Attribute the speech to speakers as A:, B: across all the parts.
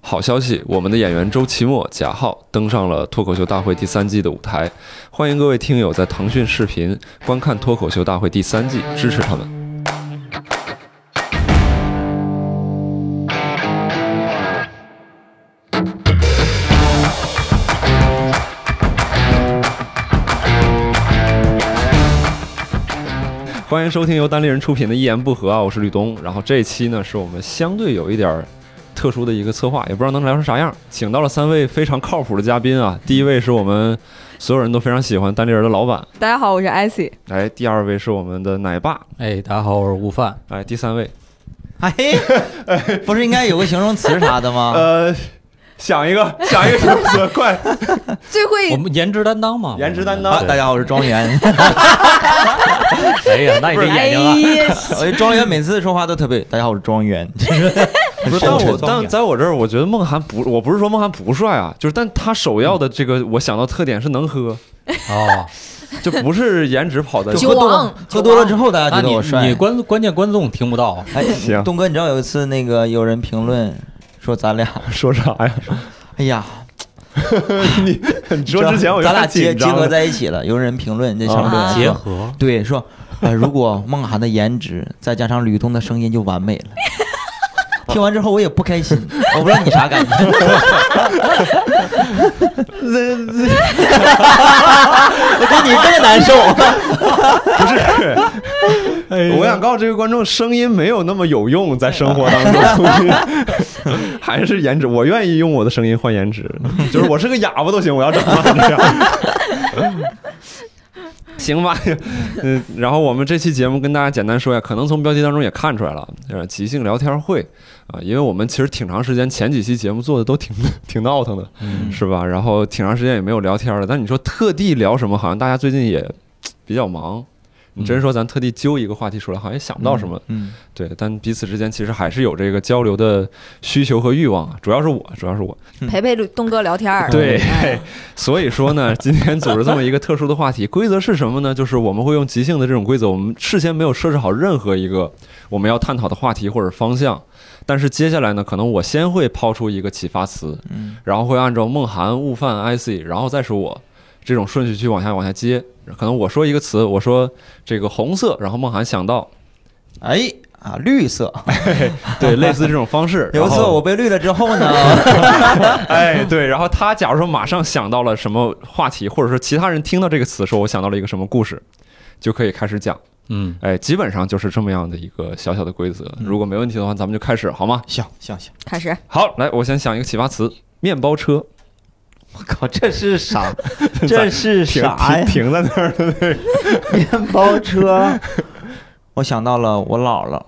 A: 好消息，我们的演员周奇墨、贾浩登上了《脱口秀大会》第三季的舞台，欢迎各位听友在腾讯视频观看《脱口秀大会》第三季，支持他们。欢迎收听由单立人出品的《一言不合》啊，我是吕东。然后这一期呢，是我们相对有一点儿特殊的一个策划，也不知道能聊成啥样。请到了三位非常靠谱的嘉宾啊，第一位是我们所有人都非常喜欢单立人的老板，
B: 大家好，我是艾希。
A: 哎，第二位是我们的奶爸，
C: 哎，大家好，我是悟饭。
A: 哎，第三位，
C: 哎，不是应该有个形容词啥的吗？
A: 呃，想一个， 想一个名字，快，
B: 最会
C: 我们颜值担当嘛，
A: 颜值担当
C: 啊
A: 对
C: 大家好，我是 庄园。哎呀，那你这眼睛啊！
B: 呀，
C: 我庄园每次说话都特别。大家好，我是 庄园。
A: 不是，但我但在我这儿，我觉得梦涵不，我不是说梦涵不帅啊，就是但他首要的这个我想到特点是能喝，
C: 哦，
A: 就不是颜值跑 的
B: 酒
C: 喝多
B: 王
C: 了，喝多了之
B: 后，
C: 后大家
D: 那
C: 觉得
D: 你
C: 我
D: 你
C: 帅。
D: 关关键观众听不到，
C: 哎
A: 行，
C: 东哥，你知道有一次那个有人评论说咱俩，
A: 说啥呀？
C: 哎呀，
A: 你你说之前我就
C: 咱俩
A: 很
C: 结
A: 紧
C: 结
A: 张
C: 合
A: 了
C: 在一起了，有人评论在下面
B: 啊
C: 说
D: 结合
C: 对，说呃，如果梦涵的颜值再加上吕东的声音，就完美 了。听完之后我也不开心，我不知道你啥感觉。我比你更难受。
A: 不是，哎我想告诉这位观众，声音没有那么有用，在生活 当中， 还是颜值。我愿意用我的声音换颜值， 就是我是个哑巴都行，我要长成这样。啊 行吧，嗯，然后我们这期节目跟大家简单说一下，可能从标题当中也看出来了，呃，即兴聊天会啊，因为我们其实挺长时间，前几期节目做的都挺 挺闹腾的，是吧？然后挺长时间也没有聊天了，但你说特地聊什么，好像大家最近也比较忙。你真说咱特地揪一个话题出来，好像也想不到什么。
C: 嗯，
A: 对，但彼此之间其实还是有这个交流的需求和欲望啊，主要是我，主要是我。
B: 陪陪东哥聊天 儿。
A: 对
B: 哎，
A: 所以说呢，今天组织这么一个特殊的话题，规则是什么呢？就是我们会用即兴的这种规则，我们事先没有设置好任何一个我们要探讨的话题或者方向。但是接下来呢，可能我先会抛出一个启发词，
C: 嗯，
A: 然后会按照梦涵、悟饭、IC，然后再是我这种顺序去往下往下接。可能我说一个词，我说这个红色，然后梦涵想到，
C: 哎啊，绿色。。
A: 对，类似这种方式
C: 有一次
A: 然后
C: 我被绿了之后呢，
A: 哎，对，然后他假如说马上想到了什么话题，或者说其他人听到这个词说我想到了一个什么故事，就可以开始讲。
D: 嗯，
A: 哎，基本上就是这么样的一个小小的规则。如果没问题的话，咱们就开始好吗？
C: 行行行，
B: 开始，
A: 好，来，我先想一个启发词：面包车。
C: 我靠，这是啥？这是
A: 停停
C: 啥呀？
A: 停在那儿的那个。
C: 面包车。我想到了我姥姥，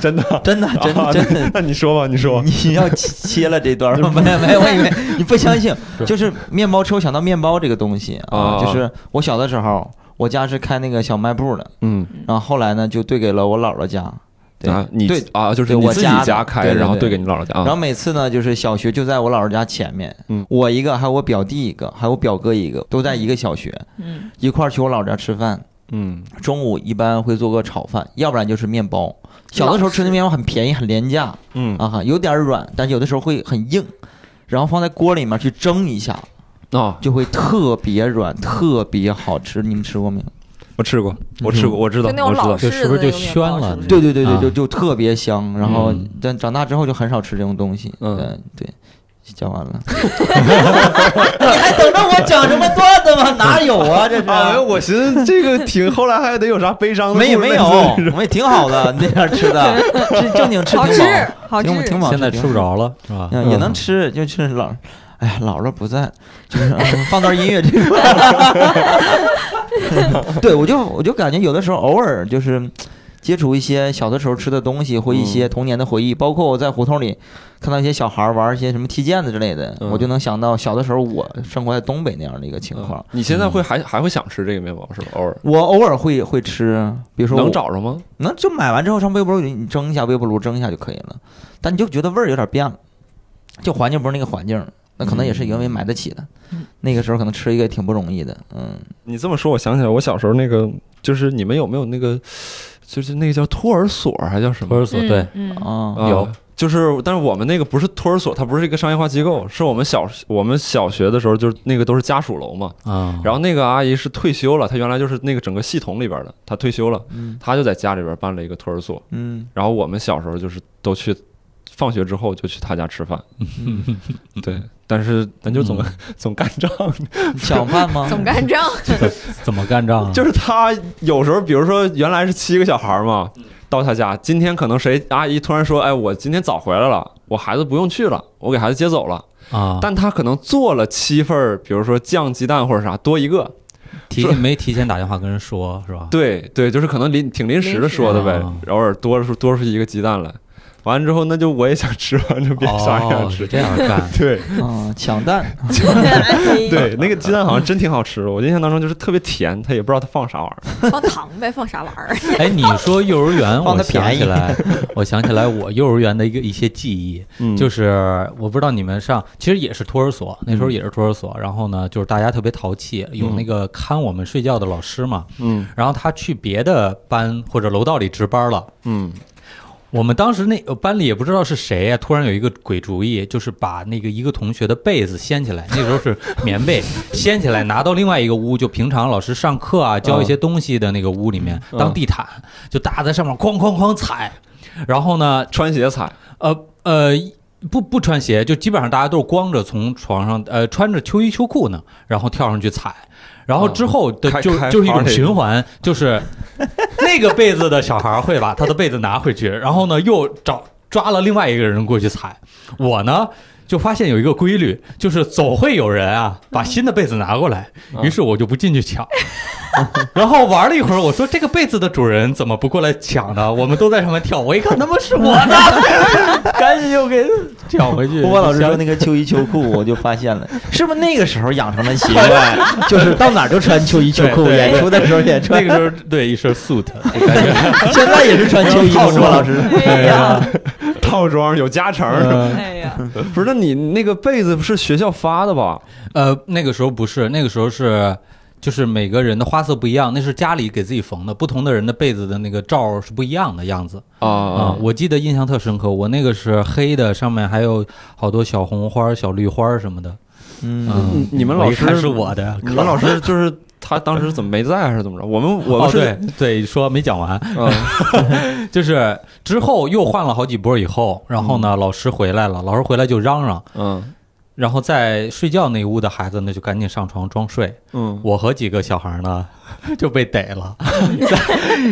A: 真的？
C: 真的真 的
A: 啊
C: 真的
A: 那，那你说吧，你说。
C: 你要切切了这段吗？ 没有没有，我以为你不相信。就是面包车，我想到面包这个东西啊
A: 啊，
C: 就是我小的时候，我家是开那个小卖部的，
A: 嗯，
C: 然后后来呢就兑给了我姥姥家。对
A: 啊，你
C: 对，
A: 啊，就是
C: 对
A: 你
C: 我
A: 自己
C: 家的
A: 开，
C: 对对
A: 然后对
C: 对
A: 给你姥姥家
C: 然后
A: 啊。
C: 每次呢，就是小学就在我姥姥家前面，
A: 嗯
C: 我一个，还有我表弟一个，还有我表哥一个，都在一个小学，
B: 嗯，
C: 一块儿去我姥姥家吃饭。
A: 嗯，
C: 中午一般会做个炒饭，要不然就是面包。小的时候吃的面包很便宜，很廉价，
A: 嗯
C: 啊哈，有点软，但有的时候会很硬，然后放在锅里面去蒸一下，
A: 啊，
C: 就会特别软，特别好吃。你们吃过没有？
A: 我吃过，我吃过，我知道，
B: 就那种
A: 我知
B: 老
A: 道。
B: 式的
D: 嗯这是不是就
B: 那种面包
D: 宣了
B: 是不是
C: 对对对对，
D: 啊
C: 就就特别香。然后
D: 嗯，
C: 但长大之后就很少吃这种东西。
A: 嗯
C: 对对，讲 完了。你还等着我讲什么段 子吗？哪有啊？这
A: 啊，
C: 是。
A: 我寻思这个挺，后来还得有啥悲伤的故
C: 没
A: 事
C: 有
A: 类似于
C: 没
A: 这
C: 有，
A: 种，
C: 我们也挺好的，你那样 吃的，正正经吃
B: 好
C: 挺
B: 吃
C: 饱，，
B: 好吃
C: 挺，挺饱，
D: 现在
C: 挺
D: 吃
C: 饱
D: 不着了是吧？
C: 嗯，也能吃，就是老，哎呀，姥姥不在， 就是、呃放段音乐这个。 对，我就我就感觉有的时候偶尔就是接触一些小的时候吃的东西或一
A: 嗯
C: 些童年的回忆，包括我在胡同里看到一些小孩玩一些什么踢毽子之类的，
A: 嗯
C: 我就能想到小的时候我生活在东北那样的一个情况。
A: 你现在会还还会想吃这个面包是吧？偶尔
C: 我偶尔会会吃，比如说
A: 能
C: 我
A: 找着吗？
C: 能就买完之后上微波炉里你蒸一下，微波炉蒸一下就可以了。但你就觉得味儿有点变了，就环境不是那个环境，那可能也是因
B: 嗯
C: 为买得起的。那个时候可能吃一个挺不容易的，嗯，
A: 你这么说，我想起来，我小时候那个，就是你们有没有那个，就是那个叫托儿所还叫什
D: 托
A: 么？
D: 儿所对，
B: 嗯，嗯
C: 啊，
A: 啊
D: 有
A: 就是，但是我们那个不是托儿所，它不是一个商业化机构，是我们小我们小学的时候，就是那个都是家属楼嘛。
D: 啊，
A: 然后那个阿姨是退休了，她原来就是那个整个系统里边的，她退休了，
C: 嗯
A: 她就在家里边办了一个托儿所。
C: 嗯
A: 然后我们小时候就是都去，放学之后就去她家吃饭。对，但是咱就总、
D: 嗯
A: 总干仗，
C: 想办吗？
B: 总干仗，
D: 怎么干仗啊？
A: 就是她有时候，比如说原来是七个小孩嘛，到她家，今天可能谁阿姨突然说，哎，我今天早回来了，我孩子不用去了，我给孩子接走了。
D: 啊，
A: 但他可能做了七份儿，比如说酱鸡蛋或者啥多一个，
D: 提前没提前打电话跟人说是吧？
A: 对对，就是可能临挺临时的
B: 临时
A: 说的呗
D: 啊，
A: 偶尔多出多出一个鸡蛋来，完了之后那就我也想吃，完就变啥也想
D: 哦，
A: 吃，
D: 是这样干
A: 对
C: 啊，抢蛋，
A: 对，那个鸡蛋好像真挺好吃，我印象当中就是特别甜，他也不知道他放啥玩意儿，
B: 放糖呗，放啥玩意儿？
D: 哎，你说幼儿 园，
C: 放
D: 我
C: 得
D: 想
C: 便宜
D: 起来，我想起来我幼儿园的一个一些记忆，
A: 嗯，
D: 就是是我不知道你们上，其实也是托儿所，那时候
A: 嗯
D: 也是托儿所。然后呢，就是大家特别淘气，有
A: 嗯
D: 那个看我们睡觉的老师嘛。
A: 嗯
D: 然后他去别的班或者楼道里值班了。
A: 嗯
D: 我们当时那呃班里也不知道是谁啊呀、突然有一个鬼主意，就是把那个一个同学的被子掀起来，那时候是棉 被，掀起来拿到另外一个屋，就平常老师上课啊教一些东西的那个屋里面
A: 嗯
D: 当地毯，就大家在上面哐哐哐踩。然后呢，
A: 穿鞋踩，
D: 呃呃，不不穿鞋，就基本上大家都是光着从床上，呃，穿着秋衣秋裤呢，然后跳上去踩，然后之后的
A: 开
D: 就、
A: 开
D: 就是一种
A: party
D: 循环，就是那个被子的小孩儿会把他的被子拿回去，然后呢又找抓了另外一个人过去踩，我呢。就发现有一个规律，就是总会有人啊把新的被子拿过来，于是我就不进去抢， 然后玩了一会儿，我说这个被子的主人怎么不过来抢呢？我们都在上面跳，我一看他妈是我 的，赶紧又给抢回 去。
C: 波波老师说那个秋衣秋裤，我就发现 了，是不是那个时候养成的习惯，就是到哪儿都穿秋衣秋裤，
D: 对对
C: 演出的时候也穿
D: 那，个时候对一身 suit，我 感觉
C: 现在也是穿秋衣
D: 套
C: 秋裤。
D: 装
C: 老师，
B: 哎呀，
A: 套装有加成，
D: 嗯
B: 哎呀，
A: 不是？那你那个被子是学校发的吧？
D: 呃那个时候不是，那个时候是。就是每个人的花色不一样，那是家里给自己缝的，不同的人的被子的那个罩儿是不一样的样子
A: 啊
D: 啊、
A: 啊
D: 我记得印象特深刻，我那个是黑的，上面还有好多小红花儿、小绿花儿什么的。
C: 嗯，
D: 嗯，
A: 你你们老
D: 我一看
A: 师
D: 是我的，
A: 你们老师就是他当时怎么没在还是怎么着？我们我们
D: 哦，
A: 是
D: 对对，说没讲完，
A: 嗯
D: 就是之后又换了好几波以后，然后呢，老师回来了，老师回来就嚷嚷，
A: 嗯
D: 然后在睡觉那屋的孩子呢就赶紧上床装睡，
A: 嗯
D: 我和几个小孩呢 就被逮了，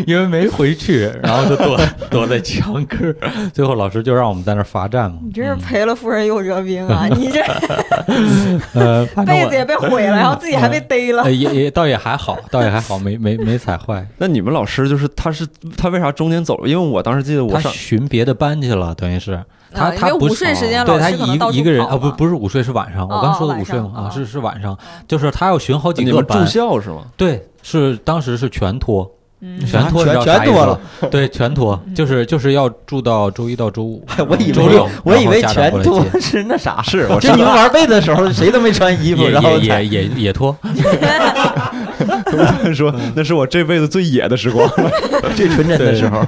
D: 因为没回去，然后就躲躲在墙根儿，最后老师就让我们在那儿罚站嘛，嗯
B: 你真是赔了夫人又折兵啊！你这
D: 呃，反正
B: 被
D: 我嗯
B: 子。也被毁了，然后自己还被逮了
D: 呃，。也也倒也还好，倒也还好，没没没踩坏。
A: 那你们老师就是他是他为啥中间走了？因为我当时记得我
D: 他
A: 上
D: 巡别的班去了，等于是他
B: 啊
D: 他
B: 因为
D: 不
B: 午
D: 是
B: 睡时间，
D: 对
B: 老
D: 他
B: 师可能到
D: 一一
B: 处
D: 个人
B: 跑
D: 啊，不
B: 嘛
D: 不是午睡是晚上，我
B: 哦
D: 刚
B: 哦
D: 说的
B: 晚
D: 午睡
B: 上
D: 嘛
B: 哦
D: 啊是是晚上，就是他要巡好几
A: 你
D: 个
A: 们住
D: 班，
A: 校是吗？
D: 对，是当时是全托，
B: 嗯
D: 全托
C: 全
D: 你知道啥
C: 全托
D: 意思
C: 了
D: 吗，对，全托就是就是要住到周一到周五，
C: 哎我以
D: 周
C: 为
D: 六，
C: 我以为
D: 然后家长
C: 全
D: 过来接
C: 脱是那啥，
A: 是我
C: 就你们玩被的时候，谁都没穿衣服，
D: 也
C: 然后
D: 也也
C: 才
D: 也也 托，
A: 说
D: 嗯
A: 那是我这辈子最野的时 光了，
C: 最纯真的时候，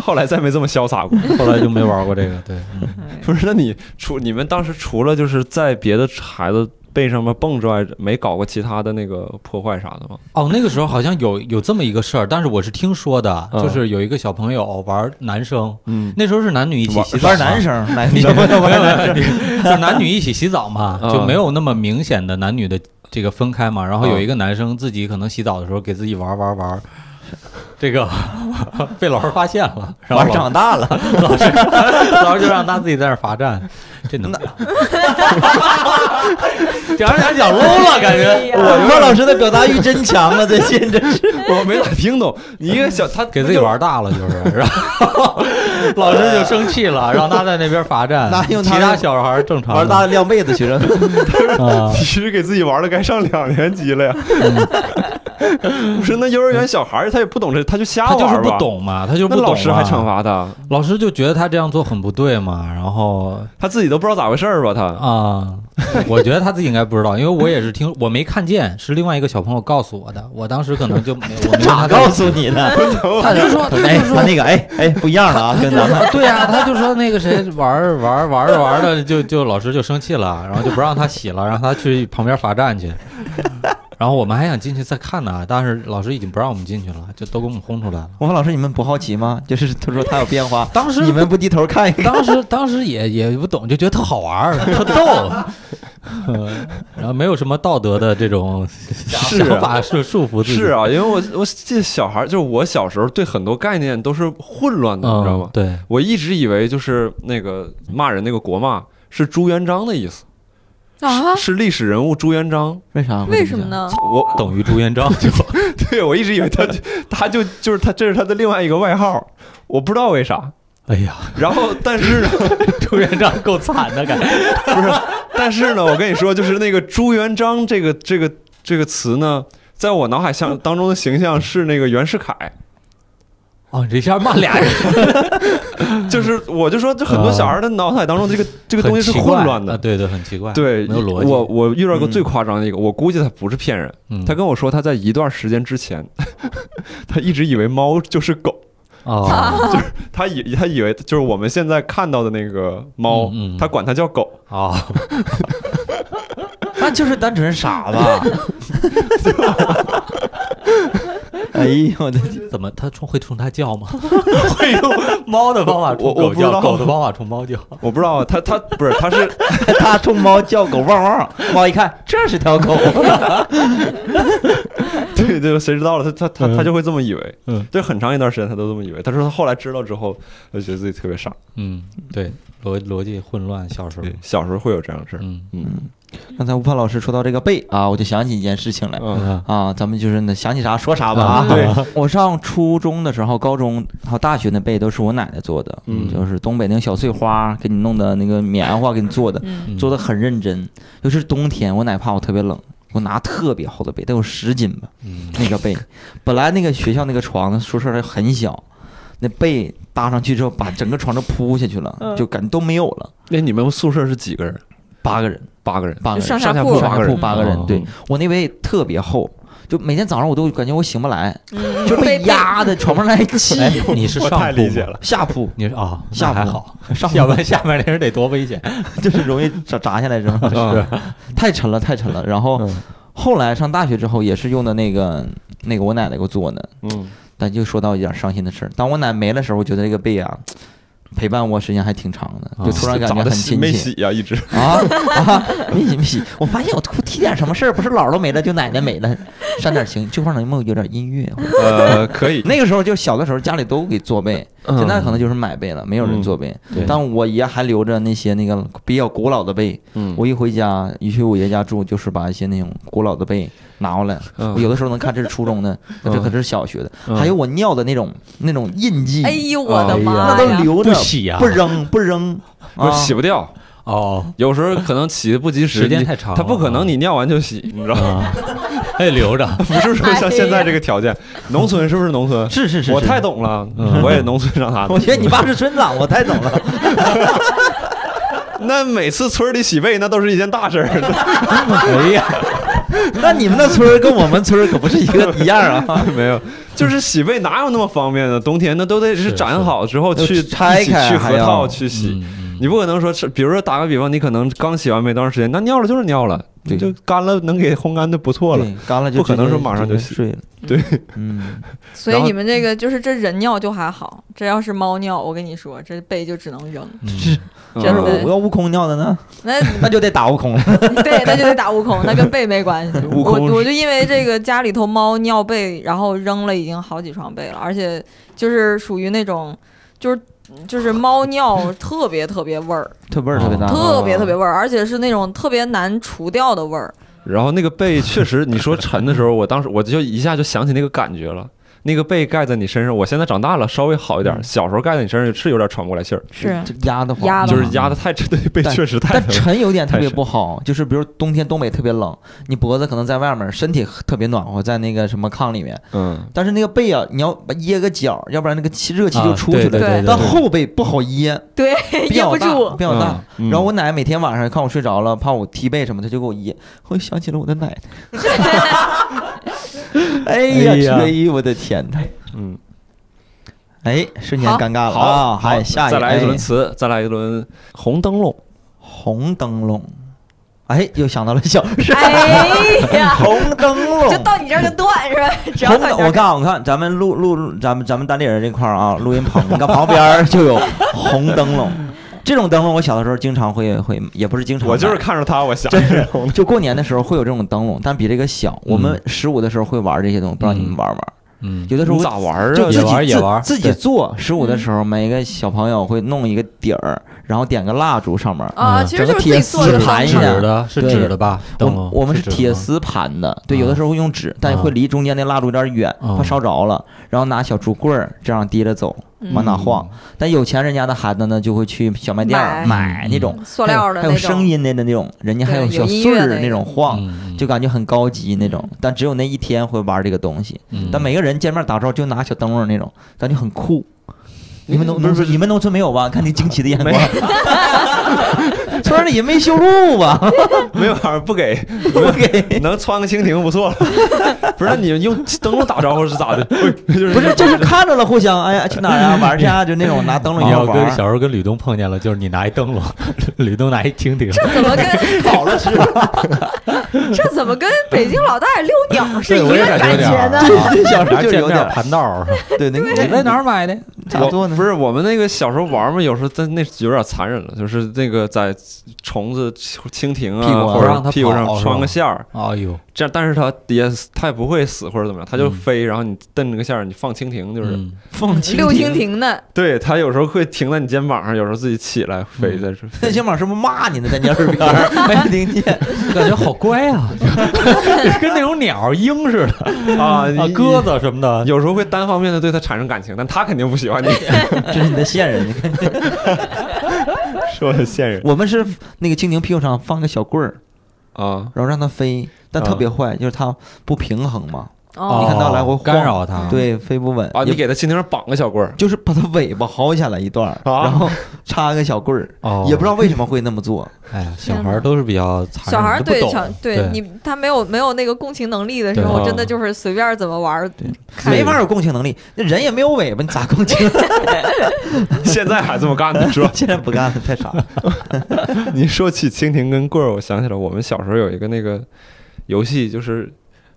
A: 后来再没这么潇洒过。
D: 后来就没玩过这个，对，嗯
A: 不是，那你除你们当时除了就是在别的孩子背上面蹦之外，没搞过其他的那个破坏啥的吗？
D: 哦，那个时候好像有有这么一个事儿，但是我是听说的，
A: 嗯
D: 就是有一个小朋友玩男生，
A: 嗯，
D: 那时候是男女一起
A: 玩
D: 洗澡
C: 玩
D: 嘛
C: 男生，男
D: 你
C: 生嗯
D: 没有没有，没有就男女一起洗澡嘛，
A: 啊
D: 就没有那么明显的男女的这个分开嘛。然后
A: 啊
C: 嗯
D: 有一个男生自己可能洗澡的时候给自己玩玩玩，这个 被老师发现了，然后
C: 玩
D: 老
C: 长大了，
D: 老师 老师就让他自己在那儿罚站，这能？讲着讲着想 low 了，感觉
B: 哎呀
C: 我莫老师的表达欲真强啊，最近真是
A: 我没咋听懂。你一个小他
D: 给自己玩大了就是，然后老师就生气了，让他在那边罚站
C: 那，用
D: 其
C: 他
D: 他小孩儿正常
C: 玩大了晾被子去了。
D: 啊
A: 其实给自己玩的该上两年级了呀。 不是那幼儿园小孩儿他也不懂这，他就瞎
D: 嗯他
A: 玩
D: 就
A: 吧
D: 是不，懂嘛，他就不
A: 那
D: 懂。啊
A: 老师还惩，罚他，
D: 老师就觉得他这样做很不对嘛，然后
A: 他自己都不知道咋回事儿吧？他
D: 啊、我觉得他自己应该不知道，因为我也是听，我没看见，是另外一个小朋友告诉我的，我当时可能就没，我没有
C: 哪
D: 他
C: 告诉你的？
D: 他就说，他
C: 哎
D: 就，说
C: 他。那个哎哎不一样了啊，跟咱们
D: 对啊，他就说那个谁玩儿玩儿玩儿着玩儿的，就就老师就生气了，然后就不让他洗了，让他去旁边罚站去。然后我们还想进去再看呢，但是老师已经不让我们进去了，就都给我们轰出来了。
C: 我问老师你们不好奇吗？就是他说他有变化，
D: 当时
C: 你们不低头看一看？
D: 当时当时也也不懂，就觉得特好玩儿，特逗， 嗯然后没有什么道德的这种
A: 是啊
D: 想法是束缚自己，
A: 是啊，因为我我记得小孩儿就是我小时候对很多概念都是混乱的，
D: 嗯，
A: 你知道吗？
D: 对，
A: 我一直以为就是那个骂人那个国骂是朱元璋的意思，
B: 啊？
A: 是历史人物朱元璋。
C: 为啥？
B: 为什么？呢？
A: 我
D: 等于朱元璋就
A: 对我一直以为他就他就就是他这是他的另外一个外号，我不知道为啥。
D: 哎呀，
A: 然后但是呢，
D: 朱元璋够惨的感觉，
A: 但是呢，我跟你说，就是那个朱元璋这个这个这个词呢，在我脑海像当中的形象是那个袁世凯，
D: 哦，你这下骂俩人，
A: 就是我就说，这很多小孩的脑海当中这个这个东西是
D: 很奇怪
A: 混乱
D: 啊
A: 的。
D: 对对，很奇怪，
A: 对，
D: 没有逻辑，
A: 我我遇到过最夸张的一个，我估计他不是骗人，
D: 嗯
A: 他跟我说他在一段时间之前， 他一直以为猫就是狗，
D: 哦
A: 他以他以为就是我们现在看到的那个猫，
D: 嗯嗯
A: 他管它叫狗，
D: 哦，
C: 那就是单纯傻吧？ 哎呦我的天！
D: 怎么他冲会冲他叫吗？会用猫的方法
A: 我我
D: 冲狗
A: 不知
D: 叫，
A: 道
D: 狗的方法冲猫叫，
A: 我不知道他他不是他是
C: 他冲猫叫狗汪汪，猫一看这是条 狗，
A: 对对，谁知道了？他他他他就会这么以为，
D: 嗯，
A: 就很长一段时间他都这么以为。他说他后来知道之后，他就觉得自己特别傻。
D: 嗯，对，逻逻辑混乱，小时候
A: 对，，小时候会有这样的事儿。
D: 嗯
A: 嗯
C: 刚才吴盼老师说到这个背啊，我就想起一件事情来
A: 嗯
C: 啊，咱们就是那想起啥说啥吧
A: 啊
C: 啊。
A: 对，
C: 我上初中的时候、高中还有大学那被都是我奶奶做的，
A: 嗯
C: 就是东北那个小碎花给你弄的那个棉花给你做的，
B: 嗯，
D: 嗯
C: 做的很认真。尤其是冬天，我奶怕我特别冷，我拿特别厚的被，得有十斤吧。
D: 嗯
C: 那个被，本来那个学校那个床呢，宿舍它很小，那被搭上去之后，把整个床都铺下去了，
B: 嗯
C: 就感觉都没有了。
A: 那哎你们宿舍是几个人？
C: 八个人，
A: 八个人，
C: 八个人，
B: 上
A: 下
B: 下
A: 铺
B: 铺
A: 八
C: 上
A: 个
C: 下
A: 人
C: 铺八个人
D: 哦。
C: 对我那被特别厚，就每天早上我都感觉我醒不来，
B: 嗯
C: 就被压的喘不上来气。
D: 哎，你是
A: 我
D: 上
A: 太
D: 铺
A: 理解
D: 吗
A: 了。
C: 下铺
D: 你是啊，那
C: 下
D: 还
C: 铺
D: 好，
C: 上
D: 要不然下面那人得多危险。
C: 就是容易砸砸下来是吗？
A: 是
C: 太沉了，太沉了。然后
D: 嗯
C: 后来上大学之后，也是用的那个那个我奶奶给我做的，
A: 嗯，
C: 但就说到一点伤心的事儿，当我奶没了时候，我觉得这个背啊，陪伴我时间还挺长的，
D: 啊
C: 就突然感觉
A: 咋
C: 很
A: 的洗
C: 亲
A: 没
C: 切
A: 洗呀？一直
C: 啊啊！没洗没洗，我发现我突提点什么事儿，不是姥姥没了就奶奶没了，煽点情，这块儿能不能有点音乐？
A: 呃，可以。
C: 那个时候就小的时候家里都给做被，
A: 嗯
C: 现在可能就是买被了，没有人做被。
D: 对
C: 但我爷还留着那些那个比较古老的被，
A: 嗯，
C: 我一回家，一去我爷家住，就是把一些那种古老的被拿过来，
A: 嗯
C: 我有的时候能看这是初中的，那这可是小学的，
A: 嗯
C: 还有我尿的那种那种印记，
B: 哎呦我的妈呀！
C: 那都留着
D: 不洗呀
C: 不扔不扔，
A: 不
C: 啊
A: 是洗不掉，
D: 哦，
A: 有时候可能洗的不及时，
D: 时间
A: 你
D: 太长
A: 他不
D: 了
A: 可能
D: 啊
A: 你尿完就洗，你知道吗？
D: 啊，还得 留着。
A: 不是说像现在这个条件，农村是不是农村？
C: 哎是是是，
A: 我
C: 是
A: 太，懂了
D: 嗯，
A: 我也农村长大
C: 我觉
A: 的。
C: 得你爸是村长，我太懂了，
A: 那每次村里洗被，那都是一件大事 儿。
D: 哎呀，
C: 那你 们那村儿跟我们村儿可不是一 个一样啊，
A: 没有，就是洗被哪有那么方便呢？冬天那都得是
D: 是
A: 展好之后
C: 是
A: 去
C: 拆
A: 一起
C: 开
A: 去
C: 还
A: 河套
C: 要
A: 去洗。
D: 嗯
A: 你不可能说是，比如说打个比方，你可能刚洗完被多长时间，那尿了就是尿了，
C: 对
A: 就干了，能给烘干就不错了。
C: 对，干了就
A: 不可能
C: 直接
A: 说马上就
C: 直接
A: 洗
C: 睡了，
A: 对，
C: 嗯，
B: 所以
A: 然后
B: 你们这个就是这人尿就还好，这要是猫尿，我跟你说，这被就只能扔。
D: 嗯
A: 嗯
C: 要是我
B: 对
C: 我要悟空尿的呢，
B: 那
C: 那就得打悟空了，
B: 对，那就得打悟空，那跟被没关系。
A: 悟
B: 我
A: 空是
B: 我就因为这个家里头猫尿被，然后扔了已经好几床被了，而且就是属于那种就是。就是猫 尿特别特别味儿，
C: 特味儿特别大，
B: 哦特别特别味儿，而且是那种特别难除掉的味儿。
A: 然后那个被确实，你说沉的时候，我当时我就一下就想起那个感觉了。那个被盖在你身上，我现在长大了稍微好一点，
C: 嗯
A: 小时候盖在你身上是有点喘不过来气儿，
B: 是
C: 就压得慌，
B: 压得
A: 就
B: 慌
A: 是 压的太沉，对被
C: 但
A: 确实太
C: 但
A: 沉了。
C: 沉有点特别
A: 太沉
C: 不好，就是比如冬天东北特别冷，你脖子可能在外面，身体特别暖和，在那个什么炕里面，
A: 嗯，
C: 但是那个背啊，你要把掖个角，要不然那个气热气就
D: 啊
C: 出去
D: 对对
C: 了。
D: 对对
C: 但
D: 对
C: 后背不好掖，
B: 对，
C: 比
B: 压哎
C: 较
B: 不
C: 大，
B: 住
C: 比，较大。
A: 嗯
C: 然后我奶每天晚上看我睡着了，怕我踢背什么，她就给我掖。我想起了我的奶
B: 哎
C: 奶。哎呀，
D: 哎呀
C: 缺一，我的天呐！
A: 嗯，
C: 哎，瞬间
B: 好
C: 尴尬了
A: 好，
C: 啊！
A: 好
C: 还，下
A: 再来一
C: 个
A: 轮
C: 哎
A: 词，再来一轮红灯笼，
C: 红灯笼。哎，又想到了小事。
B: 哎呀，
C: 红灯笼
B: 就。到你这儿就断是吧？只要
C: 红
B: 到你
C: 灯，
B: 这
C: 我
B: 儿
C: 看我看，咱们录录录咱们咱们单立人这块儿啊，录音棚，你看旁边儿就有红 灯笼，这种灯笼我小的时候经常会会，也不是经常买，
A: 我就是看着它，我想
C: 真 是就过年的时候会有这种灯笼，但比这个小。
A: 嗯
C: 我们十五的时候会玩这些东西，不知道你们玩不玩？
D: 嗯，
C: 有的时候
A: 你
C: 我
A: 咋玩儿
C: 就
A: 啊？
C: 自
D: 也玩
C: 己
D: 也玩
C: 自自己
D: 对
C: 做。十五
B: 嗯
C: 的时候，每个小朋友会弄一个底儿，然后点个蜡烛上面。
B: 啊，
D: 嗯
B: 其实
C: 整
B: 就
C: 个
B: 是自己
C: 铁
B: 做
C: 丝
B: 的
C: 盘
B: 方
C: 一
D: 纸
B: 式
C: 样，
D: 的，是
C: 对
D: 纸的吧？
C: 我
D: 灯啊
C: 们
D: 笼
C: 我们是
D: 纸的
C: 铁
D: 吗
C: 丝盘的，对，
D: 啊
C: 有的时候会用纸，但会离中间那蜡烛有点远，
D: 啊
C: 怕烧着了。然后拿小竹棍儿这样提着走，
B: 嗯
C: 往哪晃。但有钱人家的孩子呢，就会去小卖店
B: 买
C: 儿
B: 嗯
C: 买那种
B: 塑料的
C: 还
B: 那
C: 有还有声
B: 种，
C: 音的那种，人家还
B: 对有
C: 小
B: 音
C: 穗
B: 乐
C: 儿
B: 的嗯
C: 那种晃，
D: 嗯，
C: 就感觉很高级那种。但只有那一天会玩这个东西，
D: 嗯
C: 但每个人见面打招呼就拿小灯笼那种，感觉很酷。你们农
A: 不是
C: 农
A: 不
C: 村
A: 是
C: 你们农村没有吧？看你惊奇的眼
A: 没
C: 光，村儿里也没修路吧？
A: 没玩儿不给，
C: 不给。
A: 能穿个蜻蜓不错了。 不是，那你们用灯笼打招呼是咋 的？ 就是
C: 不是，就是看着了，互相哎呀，去哪儿 啊，玩儿去啊，就那种拿灯笼一
D: 你
C: 块
D: 要
C: 玩
D: 跟
C: 儿，
D: 小时候跟吕东碰见了，就是你拿一灯笼，吕东拿一蜻蜓，
B: 这怎么跟
C: 跑了是吧？
B: 这怎么跟北京老大爷遛鸟是
D: 对
B: 一
D: 我也
B: 个
D: 感觉有点
B: 觉
D: 儿啊
B: 呢？
C: 对，小时
D: 拿
C: 候就
D: 见
C: 有
D: 面
C: 点
D: 儿
C: 儿，
D: 盘道 儿，
C: 对，那你
D: 哪儿买的？
C: 咋做
A: 我
C: 呢？
A: 不是我们那个小时候玩嘛，有时候但那有点残忍了，就是那个在虫子、蜻蜓
C: 屁股
A: 啊，
C: 啊
A: 或
D: 让
A: 者
D: 它
A: 屁股上
D: 跑是吧
A: 穿个线儿，
D: 哎呦，
A: 这样，但是它也它也不会死或者怎么样，它就
D: 嗯
A: 飞，然后你蹬着个线儿，你放蜻蜓就是，
D: 嗯
C: 放
B: 遛蜻，蜓的，
A: 对，它有时候会停在你肩膀上，有时候自己起来飞
D: 嗯
A: 在这。
C: 那肩膀是不是骂你呢？在你耳边儿 没听见？
D: 感觉好乖啊， 跟那种鸟儿鹰似的
A: 啊
D: 啊，鸽子什么的，
A: 有时候会单方面的对它产生感情，但它肯定不喜 欢你。
C: 这是你的线人。你看
A: 说的现人
C: 我们是那个蜻蜓屁股上放个小棍儿，
A: 啊，
C: 然后让它飞，但特别坏，就是它不平衡嘛，
B: 哦
C: 你看到来回晃
D: 干扰它，
C: 对，飞不稳
A: 啊，你
C: 也
A: 给它蜻蜓上绑个小棍儿，
C: 就是把它尾巴薅下来一段儿，
A: 啊
C: 然后插个小棍儿，
D: 哦
C: 也不知道为什么会那么做。
D: 哎呀，小孩儿都是比较残忍
B: 小孩儿
D: 都不
B: 对
D: 懂
B: 小对
D: 对哦
B: 你 他没有没有那个共情能力的时
A: 对
B: 候，真的就是随便怎么玩 儿，看
C: 没法有共情能力，那人也没有尾巴，你咋共 情？
A: 现在还这么干呢，是吧？
C: 现在不干了，太傻了。
A: 你说起蜻蜓跟棍儿，我想起来我们小时候有一个那个游戏，就是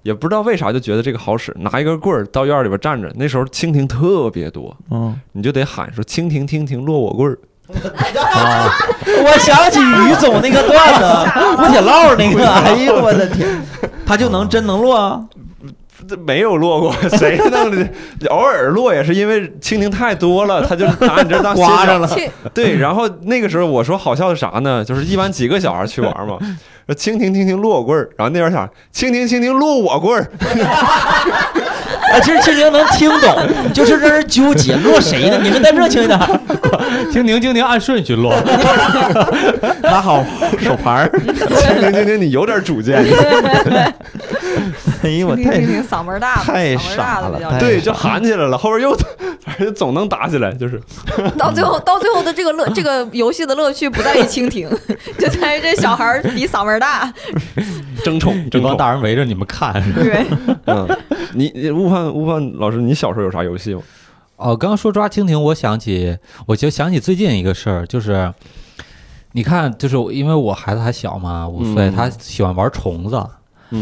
A: 也不知道为啥就觉得这个好使，拿一根棍儿到院儿里边站着。那时候蜻蜓特别多，
C: 嗯，
A: 你就得喊说“蜻蜓蜻蜓落我棍儿
D: 啊，
C: 我想起于总那个段 子，吴铁烙那个，哎呦我的天，他就能真能落啊！”，
A: 这 没有落过，谁弄的？ 偶尔落也是因为蜻蜓太多了，他就拿你这 当歇脚
C: 刮着了
B: 去
A: 对，然后那个时候我说好笑的啥呢？就是一般几个小孩去玩 嘛，说蜻蜓蜻蜓落我棍儿，然后那边想蜻蜓蜻蜓落我棍儿，
C: 哎，其实蜻蜓能听懂，就是让人纠结落谁呢？你们再热情一点，
D: 蜻蜓蜻蜓按顺序 落，
C: 拿好手牌儿。
A: 蜻蜓蜻蜓，你有点主见。
C: 哎呦我
B: 听听
C: 太
B: 听听嗓门儿大的，
C: 太
B: 嗓门儿大
C: 傻
B: 的
C: 了
B: 比较
C: 太
B: 多
A: 对，就喊起来了，后边又 反正总能打起来，就是
B: 到最后，到最后的这个 乐，这个游戏的乐趣不在于蜻蜓， 就在于这小孩儿比嗓门儿 大。
A: 争宠，
D: 这
A: 争
D: 帮
A: 宠。
D: 大人围着你们看。
B: 对，
A: 嗯，你你悟饭悟饭老师，你小时候有啥游戏吗？
D: 哦，刚刚说抓蜻蜓，我想起，我就想起最近一个事儿，就是，你看，就是我因为我孩子还小嘛，五岁，
A: 嗯
D: 他喜欢玩虫子，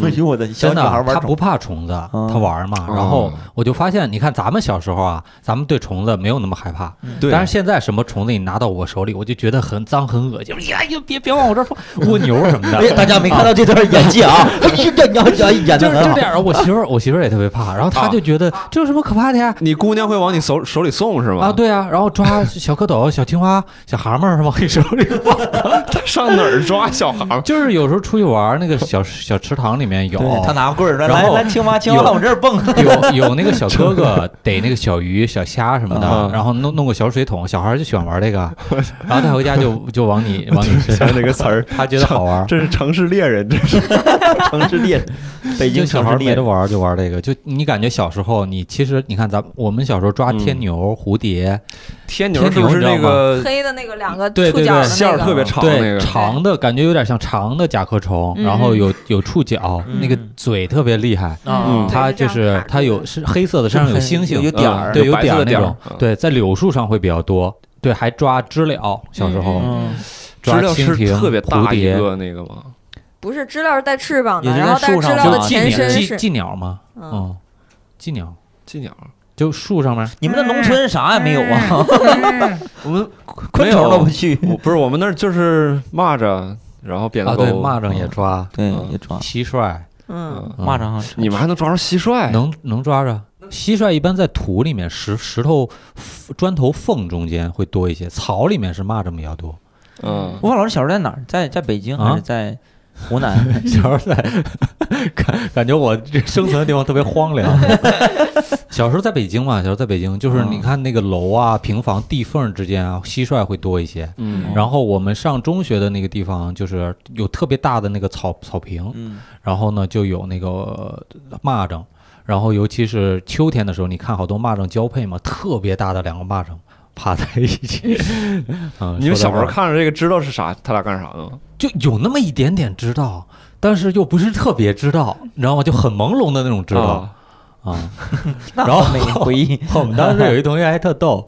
C: 哎呦我的小
D: 真
C: 女
D: 的
C: 孩，
D: 他
C: 玩虫啊嗯
D: 不怕虫子，他玩嘛。然后我就发现，你看咱们小时候啊，咱们对虫子没有那么害怕，
A: 对
D: 但是现在什么虫子你拿到我手里，我就觉得很脏很恶心，哎呀，别别往我这儿放，蜗牛什么的。
C: 哎，大家没看到这段演技 啊！这这你要演
D: 就
C: 的
D: 是就
C: 很
D: 这
C: 好。
D: 样，我媳妇儿我媳妇儿也特别怕，然后
C: 啊
D: 她就觉得这有什么可怕的呀？
A: 你姑娘会往你手手里送是吗？
D: 啊，，对啊，然后抓小蝌蚪、小青蛙、 小蛤蟆儿往 你手里放，
A: 上哪儿抓小孩儿？
D: 就是有时候出去玩儿，那个小小池塘场里面有，
C: 对他 拿棍儿，来
D: 然
C: 来
D: 后
C: 来，青蛙青蛙
D: 有
C: 往我这儿蹦，
D: 有有那个小哥哥逮那个小鱼、小虾什么的
A: 啊，
D: 然后弄弄个小水桶，小孩儿就喜欢玩 这个，然后带回家就就往你往你身
A: 想
D: 上，
A: 哪个词儿？
D: 他觉得好玩儿。
A: 这是城市猎人，这是
C: 城市猎人， 北
D: 就
C: 京
D: 小
C: 城
D: 孩
C: 市
D: 儿
C: 猎
D: 没得
C: 人，
D: 玩儿就玩儿这个，就你感觉小时候你其实你看咱们我们小时候抓天
A: 嗯
D: 牛、蝴蝶，
A: 天
D: 牛
A: 牛
D: 是
A: 是
D: 不
A: 不
D: 是
A: 是
D: 那
A: 那个
B: 黑的那个两个
D: 对
B: 触
D: 对
B: 角
D: 对
B: 的
A: 线
B: 那
A: 儿特
B: 个，
A: 别长那
D: 对
A: 个？
D: 长的感觉有点像长的甲壳虫，
B: 嗯
D: 然后有有触角，
C: 嗯
D: 那个嘴特别厉害，
C: 啊
A: 嗯
D: 它
B: 对
D: 就是
B: 这样卡
D: 是
B: 住
D: 它有
B: 的
D: 是黑色的，身上有星星
C: 有，点儿
A: 嗯
D: 对，
A: 有
D: 有
A: 白色
D: 儿
A: 的
D: 那
A: 点儿
D: 种
A: 嗯，
D: 对，在柳树上会比较多。对，还抓知了，小时候
B: 嗯
C: 嗯，
A: 知
D: 抓
A: 了
D: 蜻
A: 是
D: 蜓、
A: 特别
D: 蝴
A: 大一
D: 蝶，
A: 个那个吗？
B: 不是知了是带翅膀
C: 也
B: 的，
C: 是
B: 然
C: 在
B: 后但是
C: 树
B: 知
C: 上
B: 了
C: 长
B: 的
C: 的
D: 寄
B: 前
D: 鸟
B: 身
D: 寄
B: 是
D: 寄鸟吗？
C: 哦
B: 嗯，
D: 嗯，寄鸟
A: 寄鸟，
D: 就树上面，
C: 你们的农村啥也没有啊，
D: 嗯
B: 嗯
A: 我们
C: 昆虫都不去，
A: 我不是我们那儿就是蚂蚱，然后扁
D: 啊，
A: 担
D: 对，
A: 狗，
D: 蚂蚱也抓，
C: 对，
A: 嗯
C: 也抓
D: 蟋蟀，
B: 嗯，
D: 嗯
C: 蚂蚱好像
A: 你们还能抓住蟋蟀？
D: 能能抓着。蟋蟀一般在土里面石石头砖头缝中间会多一些，草里面是蚂蚱比较多。
A: 嗯，
C: 我老师小时候在哪儿？在在北京
D: 啊
C: 还是在湖 南？
D: 小时候在感感觉我这生存的地方特别荒凉。 小时候在北京嘛，小时候在北京，就是你看那个楼啊、平房地缝之间啊，蟋蟀会多一些。
A: 嗯
D: 然后我们上中学的那个地方，就是有特别大的那个草草坪，
C: 嗯，
D: 然后呢就有那个呃蚂蚱，然后尤其是秋天的时候，你看好多蚂蚱交配嘛，特别大的两个蚂蚱趴在一起。 嗯，
A: 你们小时候
D: 说到
A: 看着这个知道是啥，他俩干啥的吗？
D: 这儿就有那么一点点知道，但是又不是特别知道，你知道吗？就很朦胧的那种知道
A: 啊
D: 啊。
C: 那
D: 然后
C: 好美 回忆，
D: 我们当时有一同学还特逗，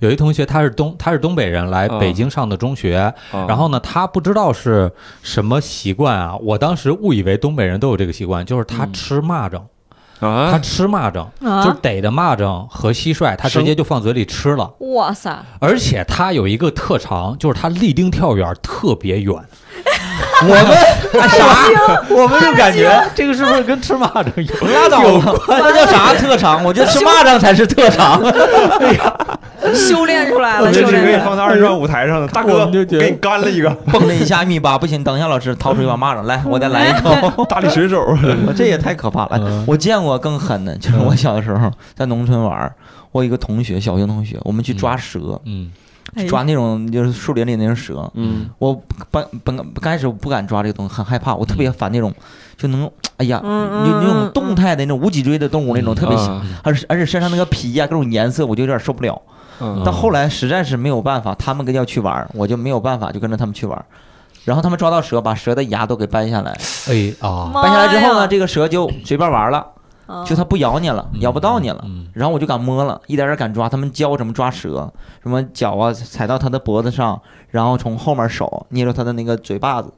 D: 有一同学他是东他是东北人，来
A: 啊
D: 北京上的中学，
A: 啊
D: 然后呢，他不知道是什么习惯啊，我当时误以为东北人都有这个习惯，就是他
A: 嗯
D: 吃蚂蚱，他
A: 啊，
D: 吃蚂蚱。就
B: 啊，
D: 逮的蚂蚱和蟋蟀，他直接就放嘴里吃了。
B: 哇塞，
D: 而且他有一个特长，就是他立定跳远特别远。
C: 我 们啊啥？我们就感觉
D: 这个是不是跟吃蚂蚱有
C: 拉倒
D: 有
C: 吧，那叫啥特长？我觉得吃蚂蚱才是特 长。
B: 修炼出来
A: 我
B: 了，
A: 觉
B: 修
A: 得是可以
B: 炼出来
A: 放
B: 了，
A: 在二人转舞台 上的，大
D: 我
A: 哥，
D: 们就觉得
A: 给你干了一 个
C: 蹦了一下一米八，不行，等一下老师掏出一把蚂蚱来，我再来一 口。
A: 大力水手，
C: 我这也太 可怕了
D: 嗯！
C: 我见过更狠的，就是我小的时候在农村玩儿，我有一个同学，小学同学，我们去抓蛇，
D: 嗯
B: 哎呀
C: 抓那种就是树林里那种蛇。
A: 嗯，
C: 我本本刚开始我不敢抓这个东西，很害怕，我特别
D: 嗯
C: 烦那种就能，哎呀，
B: 嗯嗯
C: 有那
B: 嗯
C: 种
B: 嗯
C: 动态的那种无脊椎的动物那种特别喜
D: 嗯
C: 欢，
A: 啊
C: 而且而且身上那个皮呀、各种颜色，我就有点受不了。
A: 嗯
D: 嗯
C: 到后来实在是没有办法，他们跟要去玩儿，我就没有办法，就跟着他们去玩儿。然后他们抓到蛇，把蛇的牙都给掰下来，
D: 哎啊，
B: 妈
C: 掰下来之后呢，
B: 呀嗯
C: 这个蛇就随便玩了，就它不咬你了，咬不到你了。
D: 嗯
C: 然后我就敢摸了，一点点敢抓，他们教我怎么抓蛇，什么脚啊踩到它的脖子上，然后从后面手捏住它的那个嘴巴子，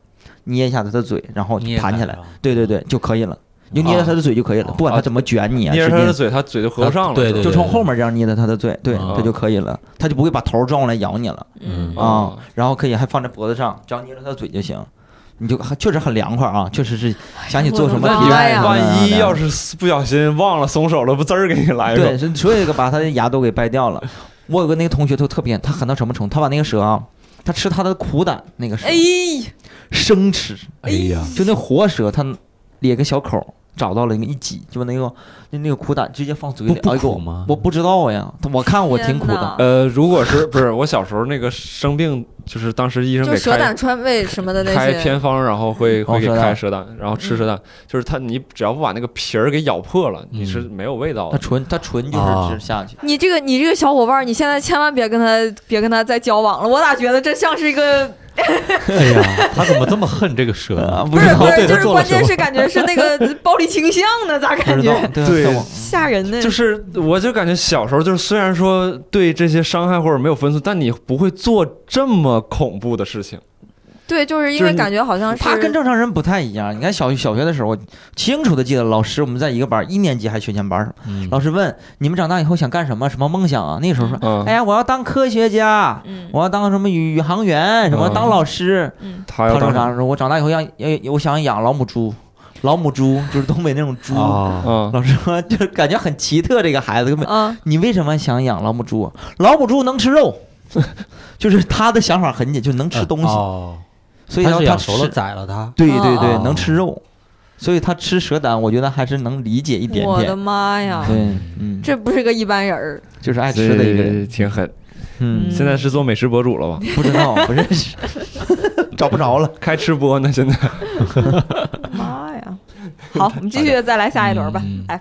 C: 捏一下它的嘴，然后
D: 捏
C: 弹起来
D: 了，
C: 对对对，就可以了，你就捏着它的嘴就可以了，
D: 啊
C: 不管它怎么卷你啊，
A: 捏着
C: 使
A: 他
C: 劲
A: 的嘴，他嘴就合不上了，
D: 对对
A: 是
C: 就
A: 吧
C: 从后面这样捏着它的嘴，对，
D: 啊
C: 它就可以了，它就不会把头转过来咬你了。
B: 嗯
D: 嗯
C: 啊
A: 哦，
C: 然后可以还放在脖子上，只要捏着他的嘴就行，你就还确实很凉快啊，确实是想起做什么
B: 嗯我的
C: 体育
B: 妈呀
C: 什么的
A: 万一要是不小心忘了松手了，不滋儿给你来一
C: 对，
A: 个，
C: 是所以这个把他的牙都给掰掉了。我有个那个同学都特别，他狠到什么程度？他把那个蛇啊，他吃他的苦胆那个蛇，
B: 哎呀，
C: 生吃，
D: 哎呀，
C: 就那活蛇，他裂个小口。找到了那个一挤，就把那个那那个苦胆直接放嘴里，
D: 不不
C: 哎呦
D: 苦吗
C: 我不知道呀，我看我挺苦
B: 天
C: 的
B: 哪，
A: 呃，如果是不是我小时候那个生病，就是当时医生
B: 就
A: 给
B: 蛇
A: 开
B: 胆川贝什么的那
A: 开
B: 些，嗯
A: 偏方，然后会
C: 哦
A: 会给
C: 蛇
A: 开
C: 胆
A: 蛇胆，然后吃蛇胆，就是它你只要不把那个皮儿给咬破了，你
D: 嗯
A: 是没有味道
C: 他
A: 的。
C: 纯他纯就
D: 啊
C: 是吃下去，
B: 你这个你这个小伙伴儿，你现在千万别跟他别跟他再交往了，我咋觉得这像是一个
D: 哎呀，他怎么这么恨这个蛇
C: 啊
D: 呢？
C: 不
B: 不
C: 知
B: 是
C: 道
B: 不
D: 对
B: 是，
D: 他
B: 就是
D: 做了
B: 关
D: 什
B: 键
D: 么
B: 是感觉是那个呃暴力倾向呢，咋
C: 不
B: 感
C: 知道
B: 觉
A: 对
C: 对啊
B: 吓人呢？
A: 就是我就感觉小时候就是虽然说对这些伤害或者没有分寸，但你不会做这么恐怖的事情。
B: 对，就是因
A: 就是
B: 为
A: 你
B: 感觉好像是
C: 他跟正常人不太一样。你看小小学的时候，我清楚的记得，老师我们在一个班，一年级还学前班，
D: 嗯
C: 老师问你们长大以后想干什么，什么梦想啊？那时候说，
A: 嗯
C: 哎，呀，我要当科学家，
B: 嗯
C: 我要当什么宇宇航员，什么
A: 嗯
C: 当老师。
B: 嗯
A: 他
C: 他
A: 要
C: 说
A: 当
C: 啥？说我长大以后要要我想养老母猪，老母猪就是东北那种猪。
D: 啊，
A: 啊，
C: 老师说就是感觉很奇特，这个孩子根本。
B: 啊
C: 你为什么想养老母猪？老母猪能吃 肉，就是他的想法很简，就能吃东西，
D: 哦
C: 所以要
D: 他是
C: 他
D: 养熟了
C: 吃
D: 宰了它。
C: 对对对
B: 哦，
C: 能吃肉。所以他吃蛇胆，我觉得还是能理解一点
B: 我的
C: 点。
B: 妈呀，
C: 对，嗯，
B: 这不是个一般人儿。
C: 就是爱吃的一个人。
A: 挺狠。
C: 嗯，
A: 现在是做美食博主了吧？
B: 嗯
C: 不知道，不认识， 找不着了。
A: 开吃播呢？现在
B: 妈 呀！好，我们继续再来下一轮吧
D: 嗯。
B: 来，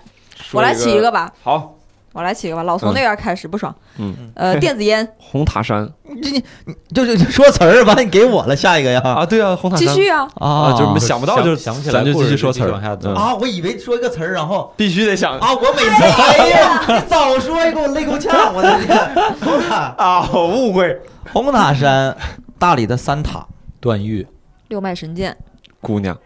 B: 我来起一个吧，
A: 好，
B: 我来起一个吧。老从那边开始不爽。
A: 嗯，
B: 呃，电子烟，
A: 红塔山
C: 你你你就是说词儿，完了你给我了，下一个呀
A: 啊，对啊，红塔
B: 继
A: 山
B: 续啊，
C: 啊
A: 啊，就是没想不到就
D: 想不起来
A: 咱就
D: 故
A: 继续
D: 事
A: 说
D: 继
A: 词
D: 续
A: 儿
D: 往下，走
A: 嗯
C: 啊，我以为说一个词儿，然后
A: 必须得想
C: 啊，我每次哎呀，你早说呀，给我累够呛，我的天！红塔
A: 啊，我误会。
C: 红塔山，大理的三塔。
D: 段誉，
B: 六脉神剑。
A: 姑娘，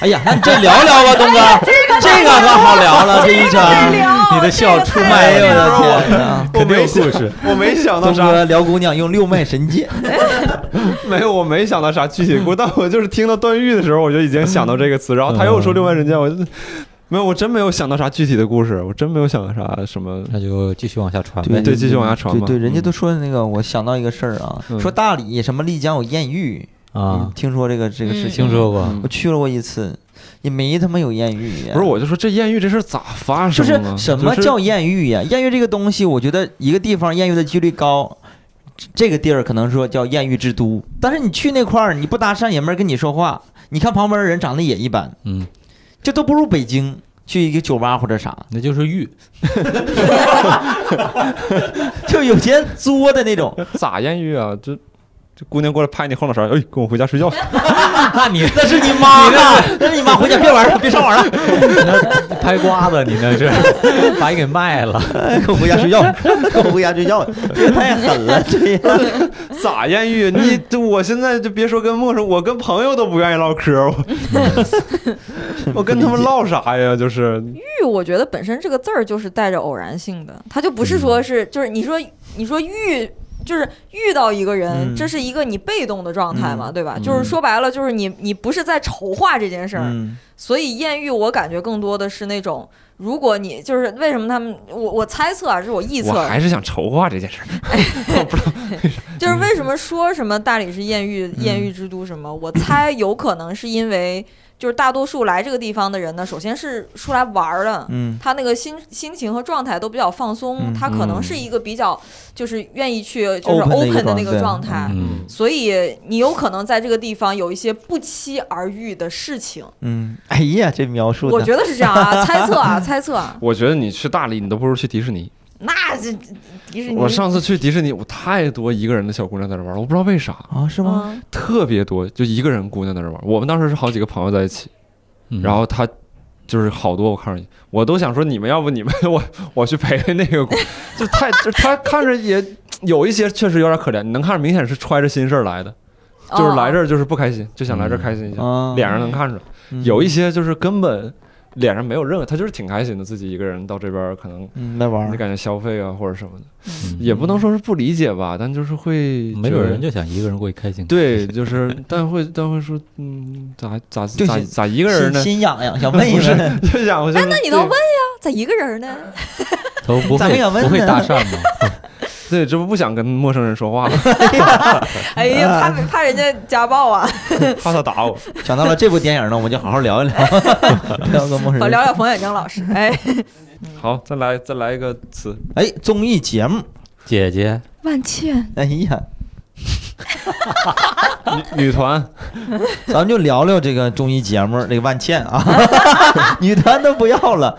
C: 哎呀，那你 这聊聊吧，东哥， 哎这个可好聊了，这一 圈
B: 得
C: 儿。
B: 聊
D: 你的笑出卖
C: 哎呦
D: 了
C: 我
D: 你，
C: 的天啊！
A: 我
D: 肯定
A: 没
D: 有
A: 想
D: 故事。
A: 我没想到
C: 东
A: 啥，
C: 哥聊姑娘用六脉神剑，
A: 没有，我没想到啥具体故，但我就是听到段誉的时候，我就已经想到这个词，然后他又说六万人间，我就没有，我真没有想到啥具体的故事，我真没有想到啥什么
D: 那就继续往下 传
A: 对
D: 呗。
A: 对继续往下传吧
C: 哎对对，人家
A: 嗯
C: 都说那个，我想到一个事儿啊，
A: 嗯
C: 说大理什么丽江有艳遇
D: 啊
C: 你，听说这个这个事
B: 嗯
C: 情？
D: 听说过，
A: 嗯
C: 我去了过一次，也没他妈有艳遇呀。
A: 不是，我就说这艳遇这事儿咋发
C: 就
A: 生啊
C: 是
A: 的？
C: 什么叫艳遇呀？艳遇这个东西，我觉得一个地方艳遇的几率高，这这个地儿可能说叫艳遇之都。但是你去那块儿，你不搭讪，也没人跟你说话。你看旁边人长得也一般，
D: 嗯，
C: 这都不如北京去一个酒吧或者啥，
D: 那就是玉，
C: 就有些作的那种。
A: 就是咋艳遇啊？这这姑娘过来拍你后脑勺，哎，跟我回家睡觉去。
D: 那你
C: 那是啊你妈呀！那是你妈，回家 别玩了，别上网了，
D: 拍瓜子，你那是把你给卖了。
C: 跟我回家睡觉， 跟我回家睡觉，这也太狠 了，这个
A: 咋艳遇？你这我现在就别说跟陌生，我跟朋友都不愿意唠嗑，我我跟他们唠啥呀？就是
B: 玉，我觉得本身这个字儿就是带着偶然性的，它就不是
C: 嗯
B: 说是就是你说你说遇就是遇到一个人，
C: 嗯
B: 这是一个你被动的状态嘛，
C: 嗯
B: 对吧？就是说白了，就是你你不是在筹划这件事儿，
C: 嗯
B: 所以艳遇我感觉更多的是那种，如果你就是为什么他们我我猜测啊，这是我臆
A: 我
B: 测，
A: 还是想筹划这件事儿。
B: 就是
C: 嗯
B: 为什么说什么大理是艳遇、艳遇之都什么？我猜有可能是因为就是大多数来这个地方的人呢，首先是出来玩儿的，
C: 嗯
B: 他那个心心情和状态都比较放松，
C: 嗯
B: 他可能
A: 嗯
B: 是一个比较就是愿意去就是
C: Open 的一个
B: open 的那
C: 状态
B: 个状态，
D: 嗯，
B: 所以你有可能在这个地方有一些不期而遇的事情，
C: 嗯，哎呀，这描述的，
B: 我觉得是这样啊，猜测啊， 猜测啊，
A: 我觉得你去大理，你都不如去迪士尼。
B: 那这迪士尼
A: 我上次去迪士尼，我太多一个人的小姑娘在这玩了，我不知道为啥，
C: 啊，是吗？
B: 嗯
A: 特别多，就一个人姑娘在这玩。我们当时是好几个朋友在一起，
D: 嗯
A: 然后她就是好多，我看着我都想说你们要不你们 我我去陪陪那个姑， 就太就她看着也有一些确实有点可怜，你能看着明显是揣着心事儿来的，
B: 哦
A: 就是来这儿就是不开心，就想来这儿
D: 嗯
A: 开心一
B: 嗯
D: 哦
A: 下，
C: 啊，
A: 脸上能看出来。
C: 嗯
A: 有一些就是根本脸上没有任何，她就是挺开心的，自己一个人到这边儿可能
C: 嗯来玩
A: 你
C: 儿，
A: 感觉消费啊或者什么的。
B: 嗯
A: 也不能说是不理解吧，但就是会
D: 没准
A: 觉得
D: 人就想一个人过去开心。
A: 对，就是但会但会说，嗯，咋咋
C: 就
A: 咋
C: 是
A: 咋一个人呢
C: 心？心痒痒，想问一问，
A: 就想我就
B: 哎
A: 是，
B: 那你倒问呀，咋一个人呢？
D: 都不
C: 咱
D: 会
C: 们也问
D: 不会
C: 呢
D: 搭讪吗？
A: 对，这不不想跟陌生人说话了，
B: 哎呀， 怕怕人家家暴啊！
A: 怕他打我。
C: 想到了这部电影呢，我们就好好聊 一聊，聊个陌
B: 好，
C: 生人
B: 聊。聊冯远征老师。哎，
A: 好，再来再来一个词，
C: 哎，综艺节目，
D: 姐姐，
B: 万茜，
C: 哎呀，
A: 女女团，
C: 咱们就聊聊这个综艺节目，这个万茜啊， 女团都不要了，